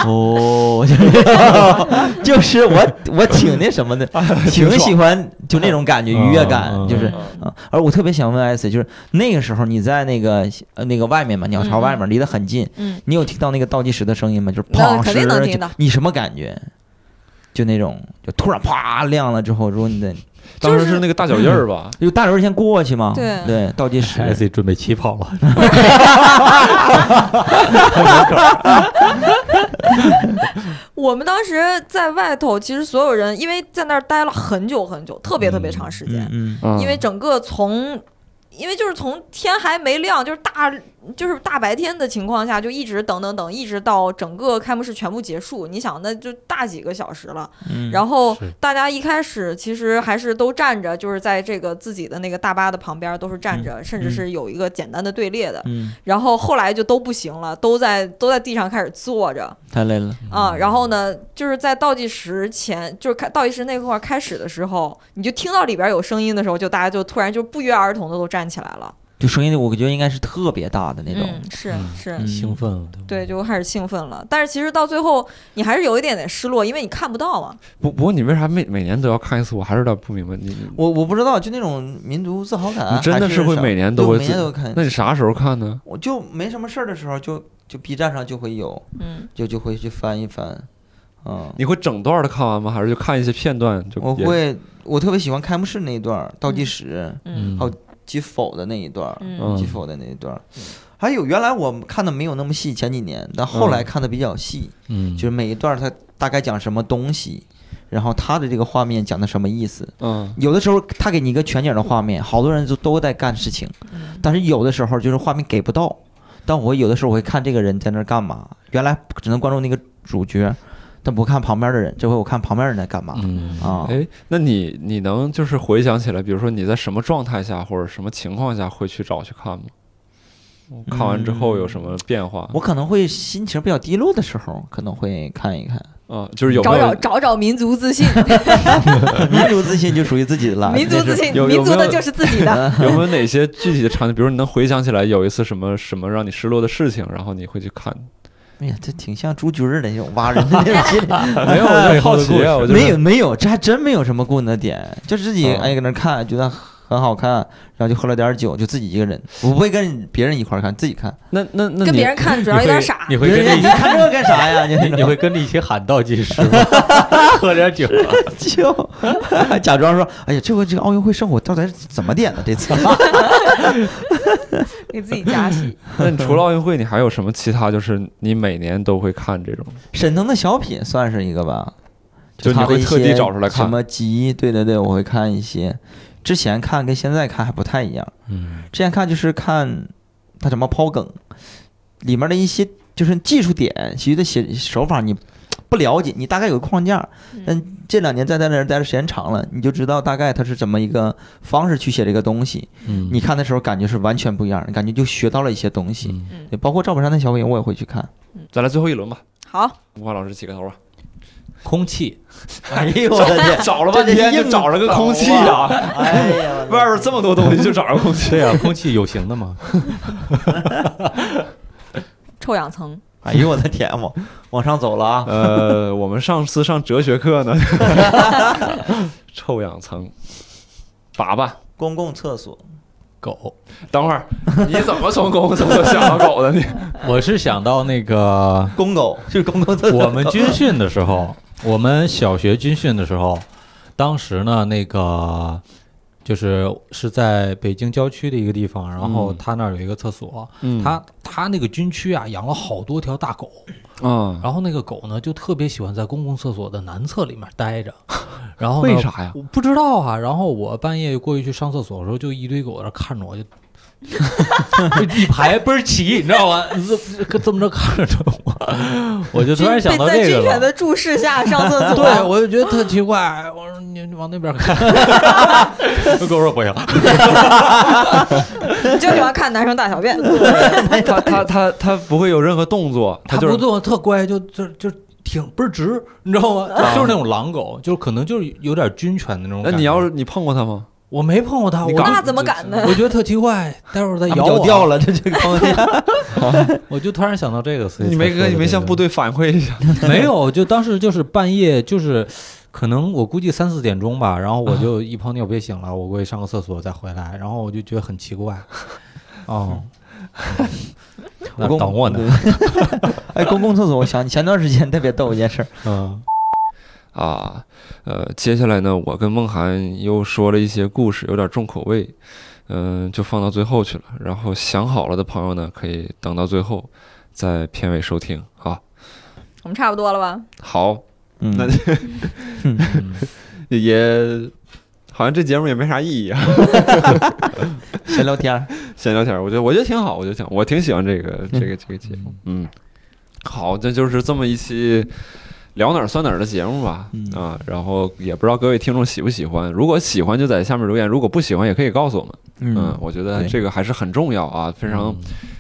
C: 哦， 就是就是我我挺那什 么的，挺喜欢就那种感觉愉悦感
D: 啊嗯嗯，嗯
C: 就是啊。而我特别想问艾斯，就是那个时候你在那个呃那个外面嘛，鸟巢外面离得很近，
B: 嗯，
C: 你有听到那个倒计时的声音吗？就是
B: 那
C: 砰，
B: 肯定能
C: 时
B: 听到
C: 就你什么感觉？就那种，就突然啪亮了之后，如果你的
A: 当时
B: 就是
A: 是那个大脚印儿吧，
C: 有大人先过去嘛，
B: 对
C: 对，倒计时，
D: 艾 C 准备起跑 了，
B: 我们当时在外头，其实所有人因为在那儿待了很久很久，特别特别长时间，
C: 嗯
A: 嗯
B: 因为整个从，因为就是从天还没亮，就是大就是大白天的情况下，就一直等等等，一直到整个开幕式全部结束。你想，那就大几个小时了。
C: 嗯，后
B: 然后
D: 是
B: 大家一开始其实还是都站着，就是在这个自己的那个大巴的旁边都是站着，甚至是有一个简单的队列的。
C: 嗯，
B: 然后后来就都不行了，都在都在地上开始坐着。
C: 太累了，
B: 啊，然后呢，就是在倒计时前，就是开倒计时那块儿开始的时候，你就听到里边有声音的时候，就大家就突然就不约而同的都站起来了，
C: 就声音，我觉得应该是特别大的那种。
B: 嗯，是
D: 嗯
B: 是，
C: 嗯
D: 兴奋了，对吧？
B: 对，就开始兴奋了。但是其实到最后，你还是有一点点失落，因为你看不到嘛。
A: 不不过你为啥每每年都要看一次？我还是有点不明白你。你
C: 我我不知道，就那种民族自豪感，
A: 你真的
C: 还是
A: 会
C: 什
A: 每年都会
C: 对每年
A: 自
C: 都会看。
A: 那你啥时候看呢？
C: 我就没什么事儿的时候就，就 B 站上就会有，
B: 嗯，
C: 就就会去翻一翻，嗯，
A: 你会整段的看完吗？还是就看一些片段？就
C: 我
A: 也
C: 会，我特别喜欢开幕式那一段儿，倒计时、
B: 嗯
C: 好击否的那一段儿，
B: 嗯
C: 击否的那一段儿。还有原来我看的没有那么细，前几年，但后来
A: 嗯
C: 看的比较细，
D: 嗯，
C: 就是每一段儿它大概讲什么东西，然后它的这个画面讲的什么意思。
A: 嗯
C: 有的时候他给你一个全景的画面，好多人就都在干事情，
B: 嗯
C: 但是有的时候就是画面给不到。但我有的时候我会看这个人在那儿干嘛，原来只能关注那个主角，但不看旁边的人。这回我看旁边人在干嘛
D: 嗯
C: 啊？
A: 哎，那你你能就是回想起来，比如说你在什么状态下或者什么情况下会去找去看吗？看完之后有什么变化？
C: 我可能会心情比较低落的时候，可能会看一看。
A: 啊，就是有
B: 找
A: 没
B: 找
A: 有
B: 找找民族自 信，
C: 民族自信就属于自己的了，
B: 民族自信，
A: 有有
B: 民族
A: 没
B: 的
A: 有
B: 就是自己 的。
A: 有没有哪些具体的场景？比如你能回想起来有一次什么什么让你失落的事情，然后你会去看？
C: 哎呀，这挺像朱军儿的那种挖人的那种心理。
A: 没有，我就好奇啊，我就是
C: 没有没有，这还真没有什么过人的点，就自己
A: 哦
C: 哎搁那看，觉得很好看，然后就喝了点儿酒，就自己一个人，我不会跟别人一块儿看，自己看。
A: 那那那
B: 跟
A: 你
B: 别人看主要有点傻
D: 你，会
C: 别
D: 跟着
C: 人
D: 一
C: 你
D: 起
C: 看这个干 啥呀？你
D: 你你会跟着一起喊倒计时吗，喝点酒， 啊
C: 就假装说，哎呀，这回这个奥运会圣火到底是怎么点的？这次
B: 给自己加戏。
A: 那你除了奥运会，你还有什么其他？就是你每年都会看这种？
C: 沈腾的小品算是一个吧，
A: 就你
C: 他的
A: 会
C: 一
A: 特地
C: 些
A: 找出来看
C: 什么集？对对对，我会看一些。之前看跟现在看还不太一样，
D: 嗯
C: 之前看就是看他怎么抛梗，里面的一些就是技术点，其余的写手法你不了解，你大概有个框架。但这两年在在那儿待的时间长了，你就知道大概他是怎么一个方式去写这个东西。
D: 嗯
C: 你看的时候感觉是完全不一样，感觉就学到了一些东西。
D: 嗯
C: 对，包括赵本山的小品我也会 去看。
A: 再来最后一轮吧，
B: 好，
A: 吴华老师起个头吧。
D: 空气，
C: 哎呦我的天！
A: 找了半天就找着个空气啊，
C: 哎呀，
A: 外边这么多东西就找着空气。
D: 对啊，空气有形的嘛，
B: 臭氧层，
C: 哎呦我的天，往往上走了啊！
A: 呃，我们上次上哲学课呢， 臭氧层，粑粑。
C: 公共厕所，
D: 狗。
A: 等会儿，你怎么从公共厕所想到狗的？你
D: 我是想到 那个
C: 公狗 就是公共厕所。
D: 我们军训的时候，我们小学军训的时候，当时呢，那个就是是在北京郊区的一个地方，然后
A: 嗯
D: 他那儿有一个厕所，
A: 嗯
D: 他他那个军区啊养了好多条大狗，
A: 啊，
D: 然后那个狗呢就特别喜欢在公共厕所的男厕里面待着，然后呢
A: 为啥呀？
D: 我不知道啊，然后我半夜过去去上厕所的时候，就一堆狗在那看着我，就 就一排倍儿齐，你知道吗？ 这这这么着看着我，我就突然想到
B: 在
D: 这
B: 军
D: 个
B: 犬
D: 了。
B: 的注视下上厕所。
D: 对，我就觉得特奇怪。我说你你往那边看， 狗说不行。
B: 你就喜欢看男生大小便。
A: 他他他他不会有任何动作，
D: 他
A: 就是
D: 不做特乖，就就就挺倍儿直，你 知道吗？就是那种狼狗，就是可能就是有点军犬的那种
A: 啊那
D: 感觉。
A: 你要是你碰过它吗？
D: 我没碰过它，我
A: 你
D: 就
A: 敢
B: 那怎么敢呢
D: 我觉得特奇怪，待会儿它
C: 他们
D: 咬
C: 咬
D: 我
C: 掉了，这这个空间。
D: 我就突然想到这个，所以
A: 你没跟你没向部
D: 队
A: 队反馈一下？
D: 没 有，就当时就是半夜，就是可能我估计三四点钟吧，然后我就一泡尿憋醒了，我过去上个厕所再回来，然后我就觉得很奇 怪，哦， 那
C: 公
D: 等我呢，。
C: 哎，公共厕所，我想前段时间特别逗一件事儿，
D: 嗯
A: 啊，呃，接下来呢，我跟梦涵又说了一些故事，有点重口味，嗯、就放到最后去了。然后想好了的朋友呢，可以等到最后，在片尾收听啊。
B: 我们差不多了吧？
A: 好，
C: 嗯
A: 那，也好像这节目也没啥意义啊，
C: 闲聊天儿，
A: 闲聊天儿，我觉得我觉得挺好，我就想我挺喜欢这个这个这个节目，嗯，好，这就是这么一期。聊哪儿算哪儿的节目吧，
C: 嗯
A: 啊，然后也不知道各位听众喜不喜欢，如果喜欢就在下面留言，如果不喜欢也可以告诉我们。嗯，，我觉得
C: 对嗯
A: 这个还是很重要啊，非
D: 嗯
A: 常，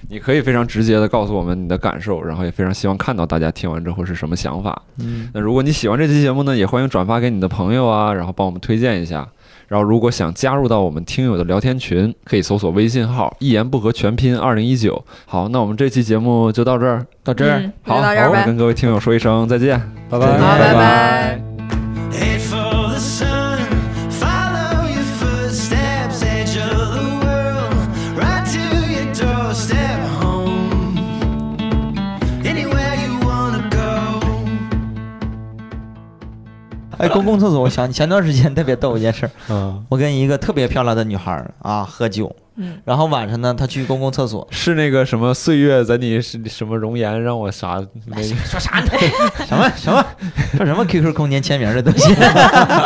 A: 你可以非常直接的告诉我们你的感受，然后也非常希望看到大家听完之后是什么想法。
C: 嗯，
A: 那如果你喜欢这期节目呢，也欢迎转发给你的朋友啊，然后帮我们推荐一下。然后如果想加入到我们听友的聊天群，可以搜索微信号“一言不合全拼二零一九”。好，那我们这期节目就到这儿，
C: 到这儿
B: 嗯，
A: 好，
B: 就到这儿
A: 我
B: 呗，
A: 跟各位听友说一声再见，
D: 拜
C: 拜
B: 好，
A: 拜拜
B: 拜拜。
E: Head for the sun, follow your footsteps, edge of the world, right to your doorstep home. Anywhere you wanna go.
C: 哎，公共厕所，我想前段时间特别逗一件事儿，
D: 嗯，
C: 我跟一个特别漂亮的女孩儿啊喝酒，
B: 嗯，
C: 然后晚上呢，她去公共厕所，
A: 是那个什么岁月在你是什么容颜让我啥没
C: 说啥呢？什么什么说什么 QQ 空间签名的东西？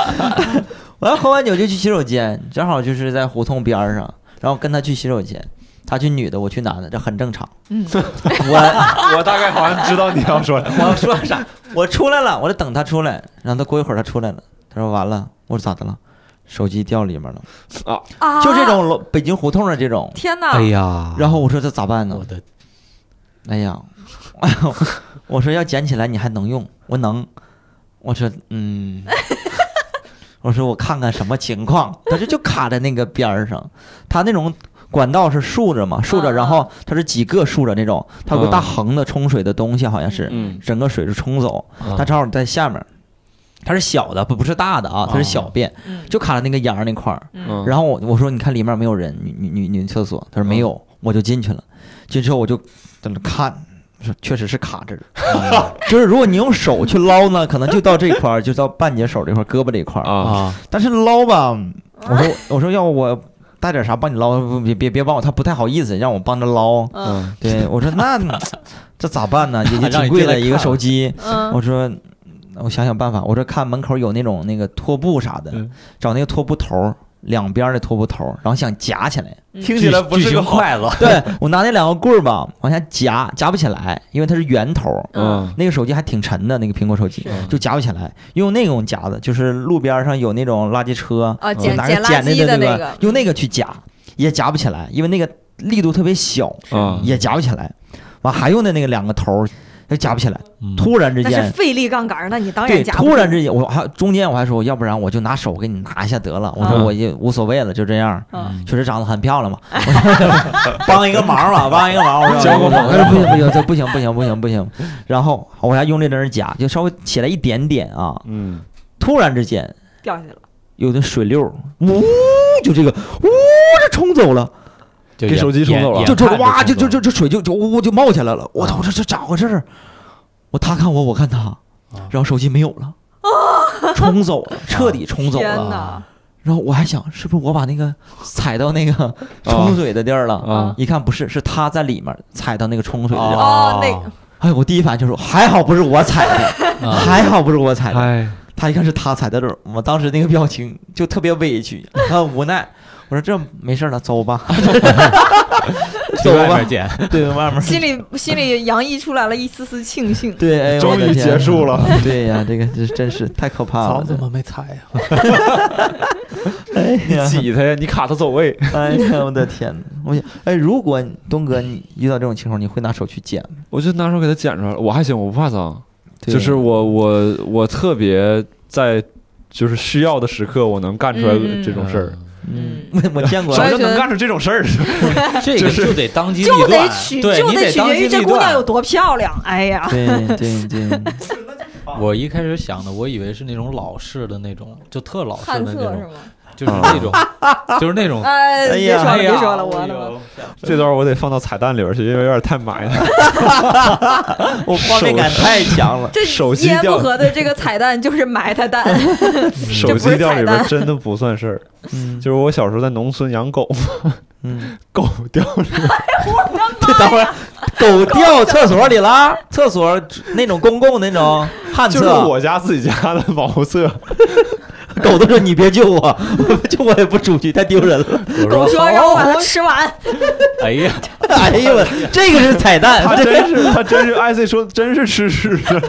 C: 我要喝完酒就去洗手间，正好就是在胡同边儿上，然后跟她去洗手间，她去女的，我去男的，这很正常。
B: 嗯，
C: 我
A: 我大概好像知道你要说啥。
C: 我说啥？我出来了，我得等她出来，然后她过一会儿她出来了，她说完了，我说咋的了？手机掉里面了，
B: 啊，
C: 就这，种楼北京胡同的这种。
B: 天哪，
D: 哎呀，
C: 然后我说这咋办呢
D: 我？的
C: 哎呀， 我说要捡起来你还能用？我能。我说嗯， 我说我看看什么情况。他说就卡在那个边儿上，他那种管道是竖着嘛，竖着，
B: 嗯
C: 然后它是几个竖着那种，它有个大
A: 嗯
C: 横的冲水的东西，好像是，
A: 嗯，
C: 整个水是冲走，
A: 嗯
C: 它正好在下面儿。它是小的，不不是大的啊，它是小便，
B: 嗯
C: 就卡在那个沿儿那块儿。
A: 嗯
C: 然后我我说你看里面有没有人，女女女女厕所，他说
D: 嗯
C: 没有，我就进去了。进去后我就在那看，说确实是卡这儿，
D: 嗯
C: 就是如果你用手去捞呢，可能就到这块儿，就到半截手这块儿，胳膊这块儿。
A: 啊，
D: 啊，
C: 但是捞 吧，我说我说要不我带点啥帮你捞，不别别别帮我，他不太好意思让我帮着捞。
B: 嗯
C: 对我 说那这咋办呢？也也
D: 让
C: 挺
D: 你
C: 贵
D: 进来
C: 的一个
D: 看
C: 手机。
B: 嗯
C: 我说，我想想办法。我说看门口有那种那个拖布啥的，
D: 嗯
C: 找那个拖布头儿，两边儿的拖布头儿，然后想夹起来。
A: 听起来不
D: 巨
A: 是
D: 型
A: 个好，
D: 筷子，
C: 对我拿那两个棍儿吧，往下夹，夹不起来，因为它是圆头儿。
A: 嗯
C: 那个手机还挺沉的，那个苹果手机
B: 是
C: 就夹不起来，用那种夹子，就是路边儿上有那种垃圾车，
B: 啊，
C: 就
B: 捡
C: 拿个
B: 捡垃
C: 捡
B: 圾的
C: 的那
B: 个，
C: 用那个去夹，也夹不起来，因为那个力度特别小，
B: 嗯
A: 啊
C: 也夹不起来。完还用的那个两个头儿，也夹不起来。
D: 嗯
C: 突然之
B: 那
C: 间
B: 嗯是，费力杠杆儿，那你当
C: 对，
B: 然夹不
C: 突然
B: 住
C: 之间，我还中间我还说，要不然我就拿手给你拿一下得了。我说
A: 嗯
C: 我也无所谓了，就这样。
B: 嗯
C: 确实长得很 漂亮嘛，帮一个忙嘛，帮一个忙。我说
A: 交个朋友
C: 我说不行不行，这不行不行不行不行。然后我还用力在那儿夹，就稍微起来一点点啊。
A: 嗯，
C: 突然之间，
B: 掉下去了，
C: 有的水溜儿，呜，就这个呜，这冲走了，
D: 就
A: 给
D: 眼
A: 手机冲
D: 眼
A: 走了
D: 眼
C: 就这
D: 看
C: 哇，就
D: 冲走
C: 就
D: 啊
C: 就就水就就呜就冒起来了。我操，这这咋回事儿？我他看我，我看他，然后手机没有了， 冲走了，彻
D: 啊
C: 底冲走
B: 天
C: 了。
B: 哪，
C: 然后我还想，是不是我把那个踩到那
D: 啊
C: 个冲水的地儿了？
A: 啊
C: 一看不是，是他在里面踩到那个冲水
D: 啊
C: 的地儿。
B: 哦那个
C: 哎，我第一反应就是还好不是我踩的，
D: 啊
C: 还好不是我踩的。
A: 哎，
C: 他一看是他踩的地儿，我当时那个表情就特别委屈，很无奈。我说这没事了，走吧，
D: 去
C: 走
D: 外
C: 吧
D: 面，捡，
C: 对，外面。
B: 心里心里洋溢出来了一丝丝庆幸，
C: 对，哎、
A: 终
C: 我的
A: 于
C: 天
A: 结束了。
C: 对呀、这个这真是太可怕 了。
D: 么没踩呀？
C: 哎
A: 你
C: 呀，
A: 挤 他呀，你卡他走位。
C: 哎呀，我的天呐，我想，哎，如果你东哥你遇到这种情况，你会拿手去捡吗？
A: 我就拿手给他捡出来了。我还行，我不怕脏，
C: 对
A: 就是我我我特别在就是需要的时刻，我能干出来
B: 嗯嗯
A: 这种事儿。
C: 嗯
B: 嗯，
C: 我我见过
A: 什
B: 我
A: 么
B: 也
A: 叫
B: 觉得
A: 能干出这种事 儿？
D: 这
A: 就
D: 个
A: 是
D: 就得当机立
B: 就得
D: 断，
B: 取
D: 对
B: 就
D: 你
B: 取
D: 当
B: 决
D: 机
B: 于这
D: 立
B: 姑娘
D: 断
B: 有多漂亮，哎 呀，
C: 对对对，
D: 我一开始想的，我以为是那种老式的那种，就特老式
B: 旱
D: 的
B: 厕
D: 那
B: 是
D: 种，
B: 吗？
D: 就是 那种，就是那 种。
B: 哎，
C: 哎
B: 别
C: 呀
B: 说了，
D: 哎呀
B: 别说了，我的妈！
A: 这段我得放到彩蛋里边去，因为有点太埋了。
C: 我画面感太强了。
B: 这
A: 手
B: 一
A: 机
B: 言
A: 掉
B: 不合的这个彩蛋就是埋汰蛋，嗯
A: 手机掉里边真的不算事儿。
C: 嗯
A: 就是我小时候在农村养狗，
C: 嗯，
A: 狗掉里边
C: 这等会儿狗掉厕所里了，厕所那种公共那 种旱
A: 啊就是
C: 厕，
A: 我家自己家的茅厕，
C: 狗都说你别救我， 我就我也不出去，太丢人了。
D: 我
B: 狗说
D: 好
B: 让我把它吃完，
D: 哎呀，
C: 哎呦我，这个是 彩蛋，
A: 他
C: 这
A: 真是 他真是 IC 说真是吃屎啊的。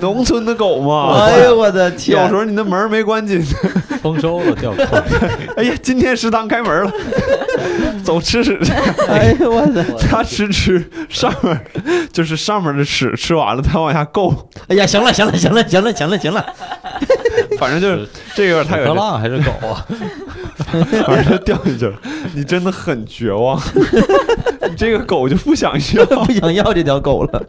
A: 农村的狗嘛，
C: 哎呦我的天！
A: 有时候你的门儿没关紧，
D: 丰收了掉 扣。
A: 哎呀，今天食堂开门了， 走吃吃。
C: 哎呦我操！
A: 他吃吃上面，就是上面的吃吃完了，他往下够，
C: 哎呀，行了行了行了行了行了行了，
A: 反正就是这个
D: 屎
A: 太
D: 壳
A: 恶心了，
D: 郎还是狗啊？
A: 反正就掉进去了。你真的很绝望， 你这个狗就不想要，
C: 不想要这条狗了。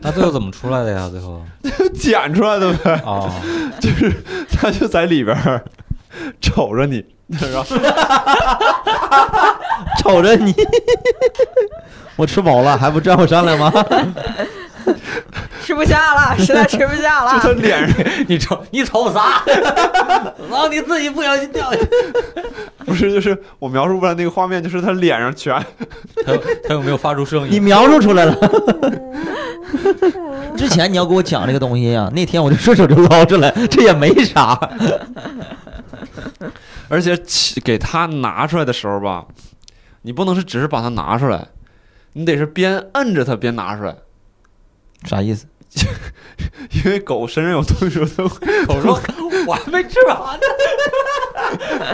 D: 那最后怎么出来的呀？最后
A: 就捡出来的呗。
D: 啊，
A: 就是他就在里边儿 瞅着你，然后
C: 瞅着你， 我吃饱了还不让我上来吗？
B: 吃不 下了，实在吃不下
A: 就他
C: 啊
B: 了。
A: 脸上
D: 你瞅你瞅啥？然后你自己不小心掉下去。
A: 不是就是我描述不来那个画面，就是他脸上全
D: 他有他有没有发出声
C: 你
D: 音？
C: 描述出来了。之前你要给我讲这个东西呀、那天我就顺手就捞出来，这也没啥。
A: 而且起给他拿出来的时候吧，你不能是只是把它拿出来，你得是边摁着它边拿出来，
C: 啥意思？
A: 因为狗身上有东西，它会
D: 狗说：“我还没吃完呢。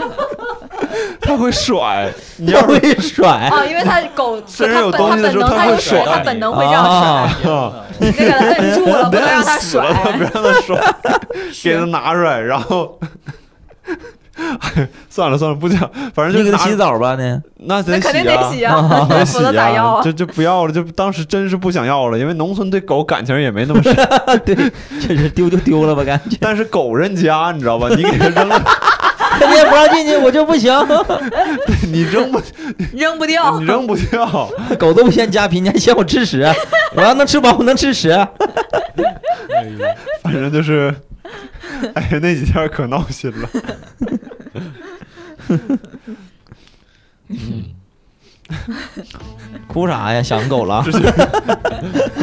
A: 它会甩。你
C: 要
A: 要是
C: 会甩
B: 哦，因为它狗，它
A: 身上有
B: 本它
A: 东西的
B: 本
A: 时候
B: 能，
A: 它
B: 它
A: 会
B: 有水，
A: 甩
B: 它
D: 你
B: 本能会这样甩。
C: 啊！
B: 你得给它摁住 了，不能让它
A: 死了它，别
B: 甩。
A: 让它 甩，给它拿出来，然后。 哎算了算了，不讲，反正就
C: 你给它
A: 拿
C: 洗，澡吧呢？
A: 那得
B: 那肯定得洗 啊，
C: 啊
A: 得
B: 否
A: 洗
B: 则咋要
A: 啊，
B: 啊？
A: 就就不要了，就当时真是不想要了，因为农村对狗感情也没那么深，
D: 啊
C: 对，确实丢就丢了吧，感觉。
A: 但是狗认家，你知道吧？你给它扔了，
C: 你也不让进去，我就不行。
A: 你扔不
B: 扔不掉
A: 你。扔不掉，
C: 狗都不嫌夹皮，你还嫌我吃屎？啊我要能吃饱，我能吃屎。啊
A: 反正就是，哎呀，那几天可闹心了。
C: 哭啥呀？想狗了
A: 这？就是
E: Oh,